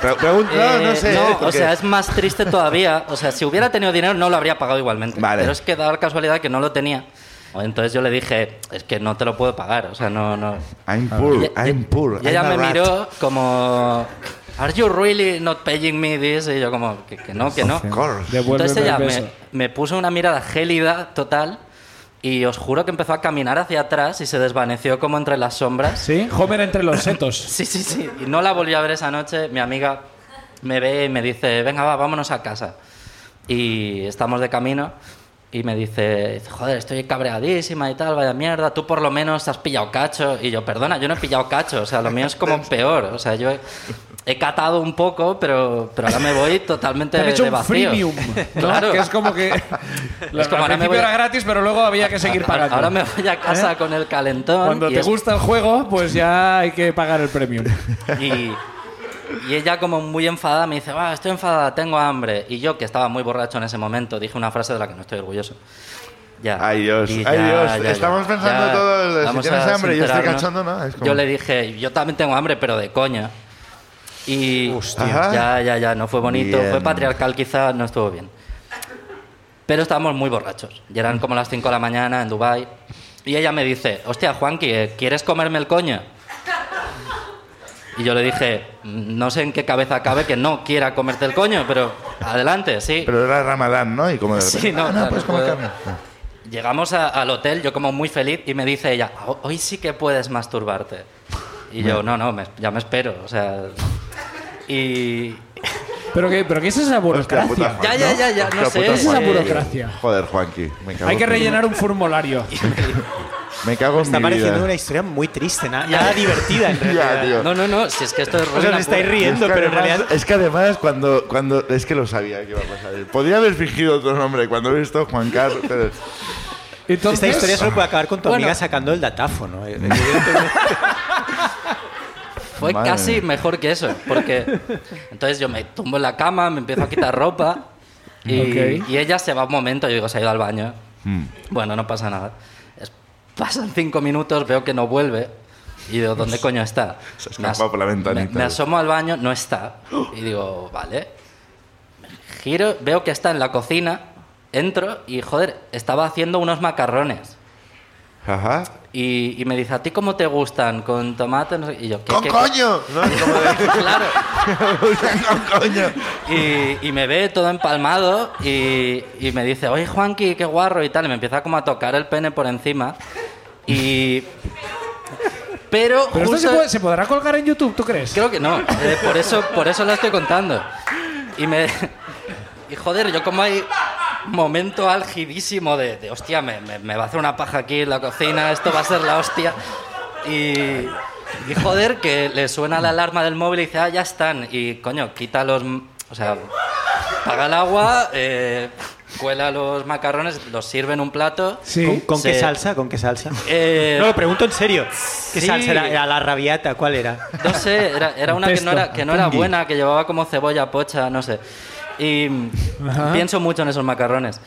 Pre- pregunta- no, no Eh, sé. ¿eh? o porque- sea, es más triste todavía. O sea, si hubiera tenido dinero no lo habría pagado igualmente. Vale. Pero es que da la casualidad que no lo tenía. Entonces yo le dije, es que no te lo puedo pagar. O sea, no, no. I'm poor, Y- I'm poor. Y ella I'm a me rat. miró como, ¿Are you really not paying me this? Y yo como, que, que no, que no. Of course. Devuélveme Entonces ella el me, beso. me puso una mirada gélida total y os juro que empezó a caminar hacia atrás y se desvaneció como entre las sombras. ¿Sí? Homer entre los setos. Sí, sí, sí. Y no la volví a ver esa noche. Mi amiga me ve y me dice, venga, va, vámonos a casa. Y estamos de camino y me dice, joder, estoy cabreadísima y tal, vaya mierda, tú por lo menos has pillado cacho. Y yo, perdona, yo no he pillado cacho, o sea, lo mío es como peor. O sea, yo he, he catado un poco, pero, pero ahora me voy totalmente Te han hecho de un vacío. freemium, ¿no? Claro. Que es como que... Es como al ahora me principio voy a- era gratis, pero luego había que seguir pagando. Ahora me voy a casa con el calentón. Cuando y te es- gusta el juego, pues ya hay que pagar el premium. Y, y ella como muy enfadada me dice, va, estoy enfadada, tengo hambre. Y yo, que estaba muy borracho en ese momento, dije una frase de la que no estoy orgulloso. Ya. Ay, Dios, Y ay, Dios. Estamos pensando todo el de, si Vamos tienes a hambre, yo estoy sincerarnos. cachondo, ¿no? Es como- Yo le dije, yo también tengo hambre, pero de coña. Y Ajá. ya, ya, ya, no fue bonito. Bien. Fue patriarcal quizá, no estuvo bien. Pero estábamos muy borrachos. Y eran como las 5 de la mañana en Dubai Y ella me dice, hostia, Juanqui, eh, ¿quieres comerme el coño? Y yo le dije, "Mm, no sé en qué cabeza cabe que no quiera comerte el coño, pero adelante, sí. Pero era Ramadán, ¿no? Y como de Sí, no, "Ah, claro, puedes no comer puedo". Pues carne. Ah. Llegamos a- al hotel, yo como muy feliz, y me dice ella, "Ho- hoy sí que puedes masturbarte. Y yo, no, no, me- ya me espero, o sea... Y... ¿Pero qué, pero qué es esa Hostia, burocracia? puta Juan, Ya, ya, ya, ya, no Hostia, sé. puta Esa es la Juanqui. burocracia. Joder, Juanqui. Me cago Hay que en- rellenar un formulario. Me cago en Está mi vida. pareciendo una historia muy triste, na- nada divertida en Ya, realidad. tío. No, no, no, si es que esto es... O sea, ruina os estáis pura. riendo, Es que pero en además- realidad Es que además, cuando, cuando. Es que lo sabía que iba a pasar. Podría haber fingido otro nombre cuando he visto Juan Carlos. pero- Entonces, esta historia solo puede acabar con tu Bueno. amiga sacando el datáfono. eh, Fue Madre casi mía. mejor que eso, porque entonces yo me tumbo en la cama, me empiezo a quitar ropa y, Ok. y ella se va un momento, yo digo, se ha ido al baño. Hmm. Bueno, no pasa nada. Es- pasan cinco minutos, veo que no vuelve y digo, ¿dónde coño está? Se ha Me as- escapado por la ventanita. me- me asomo al baño, no está. Y digo, vale. Giro, veo que está en la cocina, entro y joder, estaba haciendo unos macarrones. Ajá. Y, y me dice, ¿a ti cómo te gustan? ¿Con tomate? No sé qué?". Y yo, ¿qué? ¡Con qué- qué?". coño! ¿No? Como de- Claro. ¡Con coño! Y, y me ve todo empalmado y, y me dice, oye Juanqui, qué guarro y tal. Y me empieza como a tocar el pene por encima. Y... Pero, ¿Pero esto justo... se, puede- se podrá colgar en YouTube, ¿tú crees? Creo que no. Eh, por, eso, por eso lo estoy contando. Y me... Y joder, yo como hay momento algidísimo de, de, hostia, me, me- me va a hacer una paja aquí en la cocina, esto va a ser la hostia. Y, y joder, que le suena la alarma del móvil y dice, ah, ya están. Y coño, quita los... m- O sea, paga el agua, eh, cuela los macarrones, los sirve en un plato. Sí. ¿Con, con qué Se- salsa? ¿Con qué salsa? Eh, No, lo pregunto en serio. ¿Qué sí. salsa era? ¿Era la rabiata? ¿Cuál era? No sé, era, era una que no, Pesto, era, que no era atendi. buena, que llevaba como cebolla pocha, no sé. Y Ajá. pienso mucho en esos macarrones.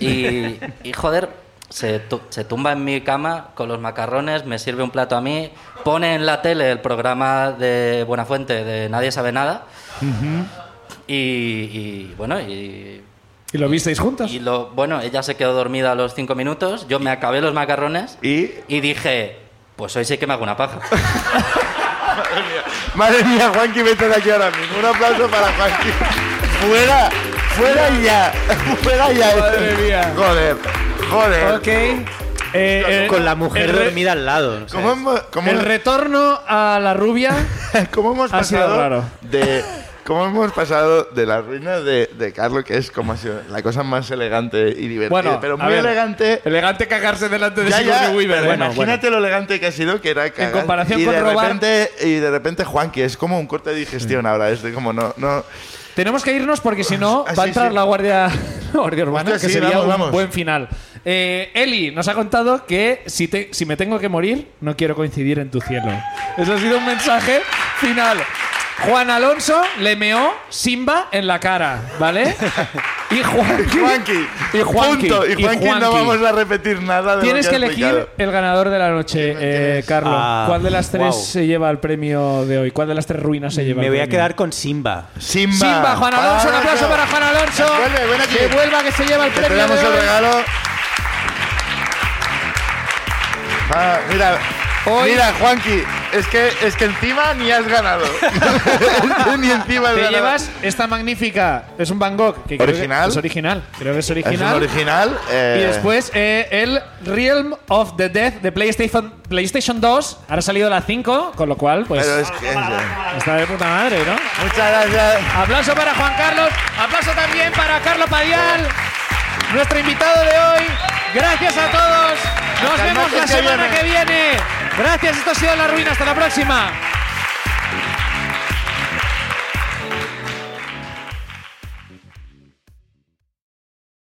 Y, y, joder, se, tu- se tumba en mi cama con los macarrones, me sirve un plato a mí, pone en la tele el programa de Buenafuente de Nadie sabe nada. y, y, bueno, y, ¿Y lo visteis juntos? y lo, bueno, ella se quedó dormida a los cinco minutos, yo me acabé los macarrones Y. y dije, pues hoy sí que me hago una paja. Madre mía, Juanqui, vete de aquí ahora mismo. Un aplauso para Juanqui. ¡Fuera! ¡Fuera ya! ¡Fuera ya! Madre mía. Joder, joder. Ok. Eh, eh, Con la mujer el re- dormida al lado. o sea, ¿Cómo hemos, cómo- El retorno a la rubia. cómo hemos ha sido pasado raro. de ¿Cómo hemos pasado de la ruina de, de Carlos, que es como ha sido la cosa más elegante y divertida, Bueno, pero a muy ver, elegante? Elegante cagarse delante de Ya, Sigourney ya, Weaver. pero Bueno, bueno. imagínate lo elegante que ha sido que era cagar. comparación y con de robar- repente Y de repente Juan, que es como un corte de digestión ahora, es de como no... no Tenemos que irnos porque si no Ah, va a sí, entrar sí. la guardia, guardia urbana, Hostia, que sí, sería vamos, un vamos. buen final. Eh, Eli nos ha contado que si, te- si me tengo que morir, no quiero coincidir en tu cielo. Eso ha sido un mensaje final. Juan Alonso le meó Simba en la cara, ¿vale? Y Juanqui. Juanqui, Y Juanqui. punto. Y y Juanqui, Juanqui. no vamos a repetir nada de Tienes lo que que, ha elegir explicado. el ganador de la noche, eh, Carlos. Ah, ¿Cuál de las tres wow. se lleva el premio de hoy? ¿Cuál de las tres ruinas se lleva? Me el voy a premio? quedar con Simba. Simba. Simba, Juan Alonso, un aplauso para Juan Alonso. Vuelve, ven aquí. Que vuelva, que se lleva el Que te premio. damos de el hoy. regalo. Ah, mira, Hoy- mira, Juanqui, es que, es que encima ni has ganado. Es que ni encima has Te ganado. llevas esta magnífica. Es un Van Gogh. Que creo que Original. es original. Creo que es Es un original. original. eh, Y después eh, el Realm of the Death de PlayStation, PlayStation 2. Ahora ha salido la 5, con lo cual, pues. Pero es que. Está de puta madre, ¿no? Muchas gracias. Aplauso para Juan Carlos. Aplauso también para Carlos Padial, nuestro invitado de hoy. Gracias a todos. Nos Hasta el vemos la martes que semana viene. que viene. Gracias, esto ha sido La Ruina. Hasta la próxima.